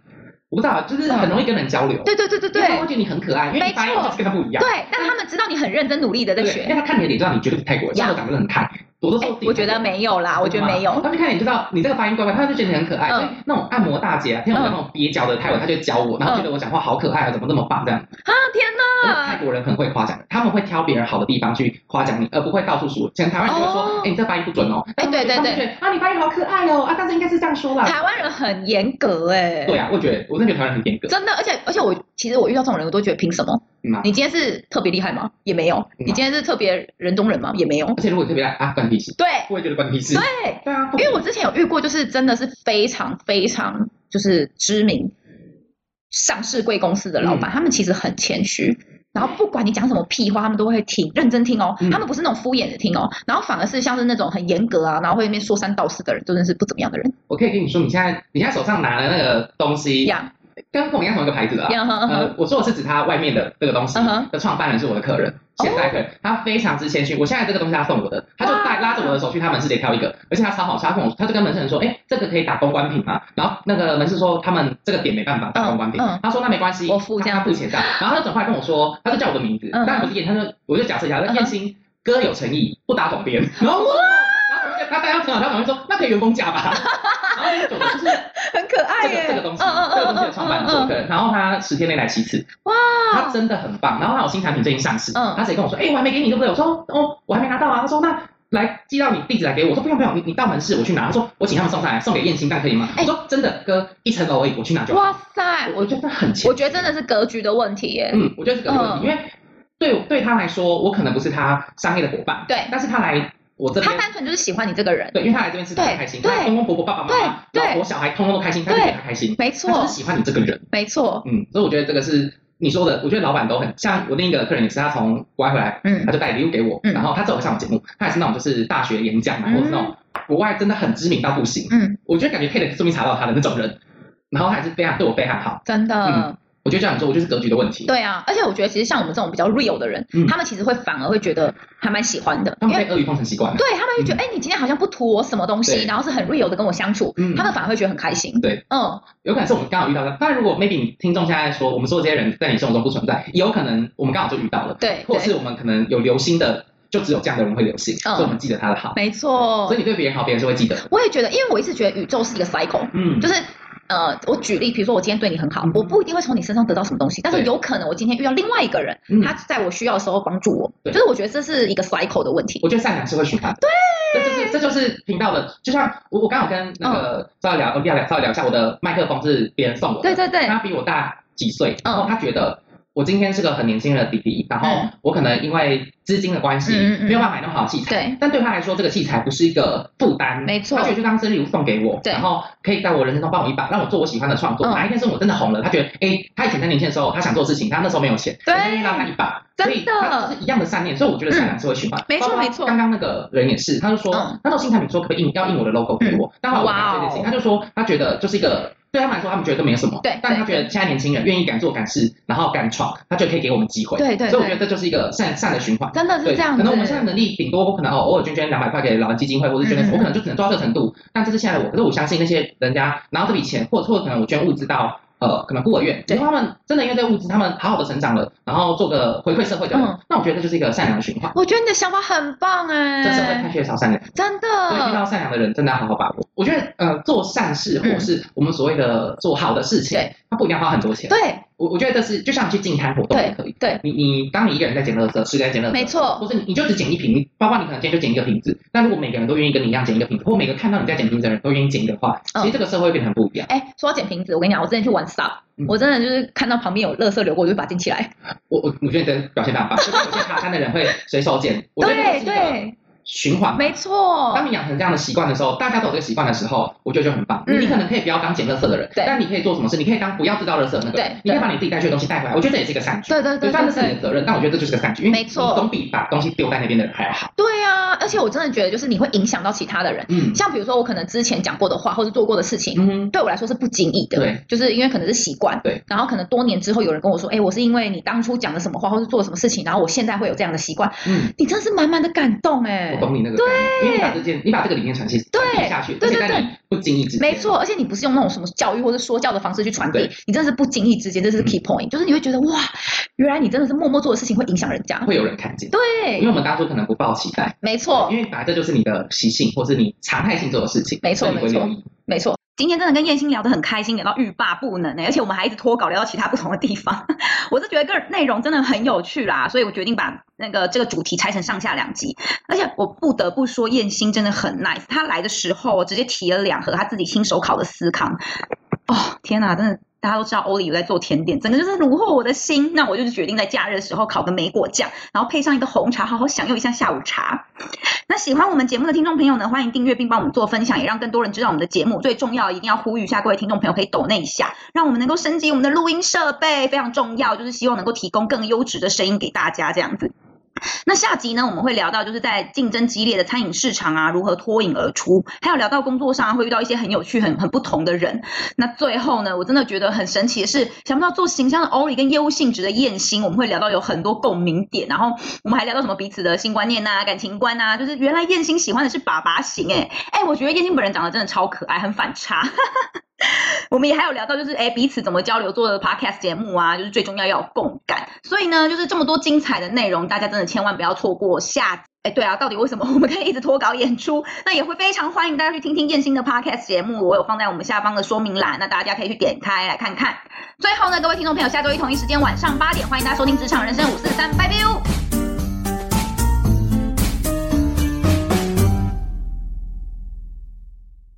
Speaker 2: 我不知道，就是很容易跟人交流。
Speaker 1: 对对对对对
Speaker 2: 因为他会觉得你很可爱，因为
Speaker 1: 没
Speaker 2: 你发音
Speaker 1: 错
Speaker 2: 就是跟他不一样。
Speaker 1: 对，但他们知道你很认真努力的在
Speaker 2: 对，因
Speaker 1: 学。
Speaker 2: 为他看你的脸就知道你绝对不是泰国人，
Speaker 1: 呀
Speaker 2: 像我长得很泰，我都
Speaker 1: 哎、
Speaker 2: 说自己
Speaker 1: 我觉得没有啦，我觉得没有。
Speaker 2: 他们看你就知道你这个发音怪怪，他就觉得你很可爱。
Speaker 1: 嗯
Speaker 2: 所以那种按摩大姐啊，听我讲那种蹩脚的泰文，他就教我，然后觉得我讲话好可爱啊，怎么那么棒这样。
Speaker 1: 啊天
Speaker 2: 因为
Speaker 1: 哪！
Speaker 2: 泰国人很会夸奖人，他们会挑别人好的地方去夸奖你，而不会到处数。像台湾人就会
Speaker 1: 哦
Speaker 2: 说，哎，你这发音不准哦。
Speaker 1: 哎对对
Speaker 2: 他们
Speaker 1: 对
Speaker 2: 就觉得啊，你发音好可爱哦，啊，但是应该是这样说啦。
Speaker 1: 台湾人很严格哎、
Speaker 2: 对啊，我觉得我真的觉得台湾人很严格，
Speaker 1: 真的，而且而且我其实我遇到这种人，我都觉得凭什么？
Speaker 2: 嗯啊。嗯
Speaker 1: 你今天是特别厉害吗？也没有。你今天是特别人中人吗？也没有。
Speaker 2: 而且如果你特别爱啊，关你屁事，
Speaker 1: 对
Speaker 2: 我也觉得关你屁事。
Speaker 1: 对，
Speaker 2: 对啊，
Speaker 1: 因为我之前有遇过，就是真的是非常非常就是知名上市贵公司的老
Speaker 2: 嗯
Speaker 1: 板，他们其实很谦虚，然后不管你讲什么屁话，他们都会听，认真听哦，
Speaker 2: 嗯
Speaker 1: 他们不是那种敷衍的听哦，然后反而是像是那种很严格啊，然后会那边说三道四的人，真的是不怎么样的人，
Speaker 2: 我可以跟你说，你现在你现在手上拿的那个东
Speaker 1: 一
Speaker 2: 西，
Speaker 1: 样
Speaker 2: 跟跟我一样同一个牌子的啊
Speaker 1: 一。样，嗯哼
Speaker 2: 呃，我说我是指他外面的这个东西
Speaker 1: 嗯哼哦
Speaker 2: 的创办人是我的客人，现在客人，他非常之谦虚。我现在这个东西他送我的，他就带
Speaker 1: 哇
Speaker 2: 拉着我的手去他门市里挑一个，而且他超好笑，他跟我，他就跟门市人说，哎，这个可以打公关品吗？然后那个门市说他们这个点没办法打公关品
Speaker 1: 嗯嗯，
Speaker 2: 他说那没关系，
Speaker 1: 我付
Speaker 2: 他
Speaker 1: 这样
Speaker 2: 他付钱这样。然后他转过来跟我说，他就叫我的名字，
Speaker 1: 嗯
Speaker 2: 当然不是燕，他说我就假设一下，
Speaker 1: 嗯
Speaker 2: 那燕心哥有诚意，不打
Speaker 1: (laughs)
Speaker 2: 总编。然后我然后他大家听好，他马上说那可以员工价吧。 (laughs) 然后就就是
Speaker 1: (laughs) 很可爱
Speaker 2: 这个
Speaker 1: 耶，
Speaker 2: 这个东西，
Speaker 1: 嗯嗯
Speaker 2: 这个
Speaker 1: 嗯
Speaker 2: 东西的
Speaker 1: 嗯
Speaker 2: 创办人是我
Speaker 1: 嗯
Speaker 2: 客
Speaker 1: 嗯，
Speaker 2: 人，然后他十天内来七次。他
Speaker 1: 哇，
Speaker 2: 真的很棒。然后他有新产品最近上市，
Speaker 1: 哦嗯
Speaker 2: 他直接跟我说，哎、我还没给你对不对？我说，哦，我还没拿到啊。他说，那来寄到你地址来给我。我说，不用不用，你你到门市我去拿。他说，我请他们送上来，送给燕心，这样可以吗？
Speaker 1: 哎
Speaker 2: 我说，真的哥，一层楼而已，我去拿就好。
Speaker 1: 哇塞，
Speaker 2: 我
Speaker 1: 我
Speaker 2: 觉得很强
Speaker 1: 我，觉得真的是格局的问题耶，
Speaker 2: 嗯，我觉得这个问题，
Speaker 1: 嗯
Speaker 2: 因为对对他来说，我可能不是他商业的伙伴，
Speaker 1: 对
Speaker 2: 但是他来我这
Speaker 1: 他
Speaker 2: 边。
Speaker 1: 单纯就是喜欢你这个人，
Speaker 2: 对，因为他来这边是他
Speaker 1: 对
Speaker 2: 开心，
Speaker 1: 对
Speaker 2: 他公公婆婆、爸爸妈妈、
Speaker 1: 对对
Speaker 2: 老婆、小孩，通通都开心，他就
Speaker 1: 对
Speaker 2: 觉得他开心，
Speaker 1: 没
Speaker 2: 他就
Speaker 1: 错
Speaker 2: 是，喜欢你这个人。
Speaker 1: 没错，
Speaker 2: 嗯，所以我觉得这个是你说的，我觉得老板都很像我另一个客人也是，他从国外回来，
Speaker 1: 嗯
Speaker 2: 他就带礼物给我，
Speaker 1: 嗯
Speaker 2: 然后他之后会上我节目，他也是那种就是大学演讲嘛，啊
Speaker 1: 嗯
Speaker 2: 或者是那种国外真的很知名到不行，
Speaker 1: 嗯，
Speaker 2: 我觉得感觉可以顺便查到他的那种人，然后还是非常对我非常好。
Speaker 1: 真的。
Speaker 2: 嗯我觉得这样说，我就是格局的问题。
Speaker 1: 对啊，而且我觉得其实像我们这种比较 real 的人，
Speaker 2: 嗯哦
Speaker 1: 他们其实会反而会觉得还蛮喜欢的，
Speaker 2: 他
Speaker 1: 因
Speaker 2: 们
Speaker 1: 为
Speaker 2: 被鳄鱼碰成习惯了。
Speaker 1: 对他们会觉得，哎、你今天好像不图我什么东西，
Speaker 2: 嗯对
Speaker 1: 然后是很 real 的跟我相处，
Speaker 2: 嗯
Speaker 1: 他们反而会觉得很开心。
Speaker 2: 对，
Speaker 1: 嗯，
Speaker 2: 有可能是我们刚好遇到的。但如果 maybe 你听众现在说，我们说的这些人在你生活中不存在，有可能我们刚好就遇到了，
Speaker 1: 对，
Speaker 2: 或者是
Speaker 1: 对
Speaker 2: 我们可能有留心的，就只有这样的人会留心，
Speaker 1: 嗯
Speaker 2: 所以我们记得他的好。
Speaker 1: 没错
Speaker 2: 所以，你对别人好，别人是会记得的。
Speaker 1: 我也觉得，因为我一直觉得宇宙是一个 cycle，
Speaker 2: 嗯，
Speaker 1: 就是呃，我举例，比如说我今天对你很好
Speaker 2: 嗯，
Speaker 1: 我不一定会从你身上得到什么东西，但是
Speaker 2: 对
Speaker 1: 有可能我今天遇到另外一个人
Speaker 2: 嗯，
Speaker 1: 他在我需要的时候帮助我，
Speaker 2: 对
Speaker 1: 就是我觉得这是一个 cycle 的问题。
Speaker 2: 我觉得善良是会循环的。对，这就是这就是频道的，就像我我刚好跟那个赵聊，我聊聊稍微聊一下，我的麦克风是别人送我的，
Speaker 1: 嗯对对对，
Speaker 2: 他比我大几岁，
Speaker 1: 嗯
Speaker 2: 然后他觉得我今天是个很年轻的弟弟，然后
Speaker 1: 嗯
Speaker 2: 我可能因为资金的关系
Speaker 1: 嗯嗯嗯
Speaker 2: 没有办法买那么好的器材，
Speaker 1: 对
Speaker 2: 但对他来说这个器材不是一个负担，
Speaker 1: 没错
Speaker 2: 他觉得就当生日礼物送给我，
Speaker 1: 对
Speaker 2: 然后可以在我人生中帮我一把，让我做我喜欢的创作。
Speaker 1: 嗯
Speaker 2: 哪一天是我真的红了，他觉得哎，他以前在年轻的时候他想做的事情，他那时候没有钱，
Speaker 1: 对
Speaker 2: 我愿意让他一把，
Speaker 1: 真的
Speaker 2: 所
Speaker 1: 嗯
Speaker 2: 以他就是一样的善念，所以我觉得善良是会循环，
Speaker 1: 没错
Speaker 2: 包括
Speaker 1: 没错
Speaker 2: 刚刚那个人也是，他就说
Speaker 1: 嗯
Speaker 2: 那时候新产品说可不可以印要印我的 logo 给我，但后来我跟他这件事情，
Speaker 1: 哇哦
Speaker 2: 他就说他觉得就是一个。对他们来说，他们觉得都没有什么。
Speaker 1: 对
Speaker 2: 但
Speaker 1: 对
Speaker 2: 他觉得现在年轻人愿意敢做敢试，然后敢闯，他就可以给我们机会。
Speaker 1: 对对
Speaker 2: 所以我觉
Speaker 1: 对，
Speaker 2: 得这就是一个善善的循环。
Speaker 1: 真的是
Speaker 2: 对，
Speaker 1: 这样子。
Speaker 2: 可能我们现在能力顶多，我可能哦偶尔捐捐两百块给老人基金会，或者捐点什
Speaker 1: 嗯嗯
Speaker 2: 么，我可能就只能做到这个程度。但这是现在的我，可是我相信那些人家拿到这笔钱，或者或者可能我捐物资到呃可能孤儿院，
Speaker 1: 对
Speaker 2: 然后他们真的因为这个物资，他们好好的成长了，然后做个回馈社会的人，
Speaker 1: 嗯
Speaker 2: 那我觉得这就是一个善良的循环。
Speaker 1: 我觉得你的想法很棒哎、
Speaker 2: 这社会太缺少善良。
Speaker 1: 真
Speaker 2: 所以遇
Speaker 1: 的
Speaker 2: 到善良的人，真的要好好把握。我觉得，呃，做善事或是我们所谓的做好的事情，
Speaker 1: 对
Speaker 2: 它不一定要花很多钱。
Speaker 1: 对
Speaker 2: 我我觉得这是就像你去进摊活动也
Speaker 1: 对
Speaker 2: 可以。
Speaker 1: 对，
Speaker 2: 你你当你一个人在捡垃圾，十个人捡垃圾，
Speaker 1: 没错，
Speaker 2: 或是你你就只捡一瓶，包括你可能今天就捡一个瓶子，但如果每个人都愿意跟你一样捡一个瓶子，或每个看到你在捡瓶子的人都愿意捡一个的话，
Speaker 1: 嗯
Speaker 2: 其实这个社会会变得很不一样。
Speaker 1: 哎、说到捡瓶子，我跟你讲，我之前去玩撒、
Speaker 2: 嗯
Speaker 1: 我真的就是看到旁边有垃圾流过，我就把它捡起来。
Speaker 2: 我我我觉得你的表现非常棒，就是有些爬山的人会随手捡，我觉得这个
Speaker 1: 对
Speaker 2: 是一个
Speaker 1: 对，
Speaker 2: 循环。
Speaker 1: 没错，
Speaker 2: 当你养成这样的习惯的时候，大家都有这个习惯的时候，我觉得就很棒。
Speaker 1: 嗯
Speaker 2: 你可能可以不要当捡垃圾的人，
Speaker 1: 对
Speaker 2: 但你可以做什么事？你可以当不要制造垃圾的那个
Speaker 1: 对
Speaker 2: 人，你可以把你自己带去的东西带回来。我觉得这也是一个善举。
Speaker 1: 对对对
Speaker 2: 虽然这
Speaker 1: 对
Speaker 2: 是你的
Speaker 1: 对，
Speaker 2: 责任，但我觉得这就是个善举，因为
Speaker 1: 没错
Speaker 2: 你总比把东西丢在那边的人还要好。
Speaker 1: 对啊！而且我真的觉得，就是你会影响到其他的人。
Speaker 2: 嗯，
Speaker 1: 像比如说，我可能之前讲过的话，或是做过的事情，
Speaker 2: 嗯哼，
Speaker 1: 对我来说是不经意的，
Speaker 2: 对，
Speaker 1: 就是因为可能是习惯，
Speaker 2: 对。
Speaker 1: 然后可能多年之后，有人跟我说，哎，我是因为你当初讲的什么话，或是做了什么事情，然后我现在会有这样的习惯，
Speaker 2: 嗯，
Speaker 1: 你真的是满满的感动哎
Speaker 2: 我。懂你那个感觉，因为你把这件，你把这个理念传递传递下去，
Speaker 1: 对对
Speaker 2: 而且在你不经意之间，
Speaker 1: 没错，而且你不是用那种什么教育或者说教的方式去传递
Speaker 2: 对，嗯
Speaker 1: 你真的是不经意之间，这是 key point，、就是你会觉得哇，原来你真的是默默做的事情会影响人家。
Speaker 2: 啊会有人看见。因为
Speaker 1: 对，
Speaker 2: 我们当初可能不抱期待，
Speaker 1: 没错
Speaker 2: 因，为本来这就是你的习性，或是你常态性做的事情，
Speaker 1: 没错
Speaker 2: 所以你会
Speaker 1: 没错
Speaker 2: 留意。
Speaker 1: 没错。今天真的跟燕青聊得很开心，聊到欲罢不能呢、欸而且我们还一直脱稿聊到其他不同的地方。 (laughs) 我是觉得个内容真的很有趣啦，所以我决定把那个这个主题拆成上下两集。而且我不得不说，燕青真的很 nice，她来的时候我直接提了两盒她自己亲手烤的司康，哦，天哪，真的。大家都知道欧里有在做甜点，整个就是虏获我的心。那我就是决定在假日的时候烤个莓果酱，然后配上一个红茶，好好享用一下下午茶。那喜欢我们节目的听众朋友呢，欢迎订阅并帮我们做分享，也让更多人知道我们的节目。最重要，一定要呼吁一下各位听众朋友可以抖那一下，让我们能够升级我们的录音设备，非常重要，就是希望能够提供更优质的声音给大家这样子。那下集呢，我们会聊到就是在竞争激烈的餐饮市场啊，如何脱颖而出，还有聊到工作上、啊、会遇到一些很有趣、很很不同的人。那最后呢，我真的觉得很神奇的是，想不到做形象的 Ori 跟业务性质的燕星，我们会聊到有很多共鸣点，然后我们还聊到什么彼此的性观念呐、感情观呐、就是原来燕星喜欢的是爸爸型、欸，哎哎，我觉得燕星本人长得真的超可爱，很反差。 (laughs) 我们也还有聊到，就是哎，彼此怎么交流做的 podcast 节目啊，就是最重要要有共感。所以呢，就是这么多精彩的内容，大家真的千万不要错过下集。哎，对啊，到底为什么我们可以一直脱稿演出？那也会非常欢迎大家去听听燕星的 podcast 节目，我有放在我们下方的说明栏，那大家可以去点开来看看。最后呢，各位听众朋友，下周一同一时间晚上八点，欢迎大家收听《职场人生五四三》，拜拜哦。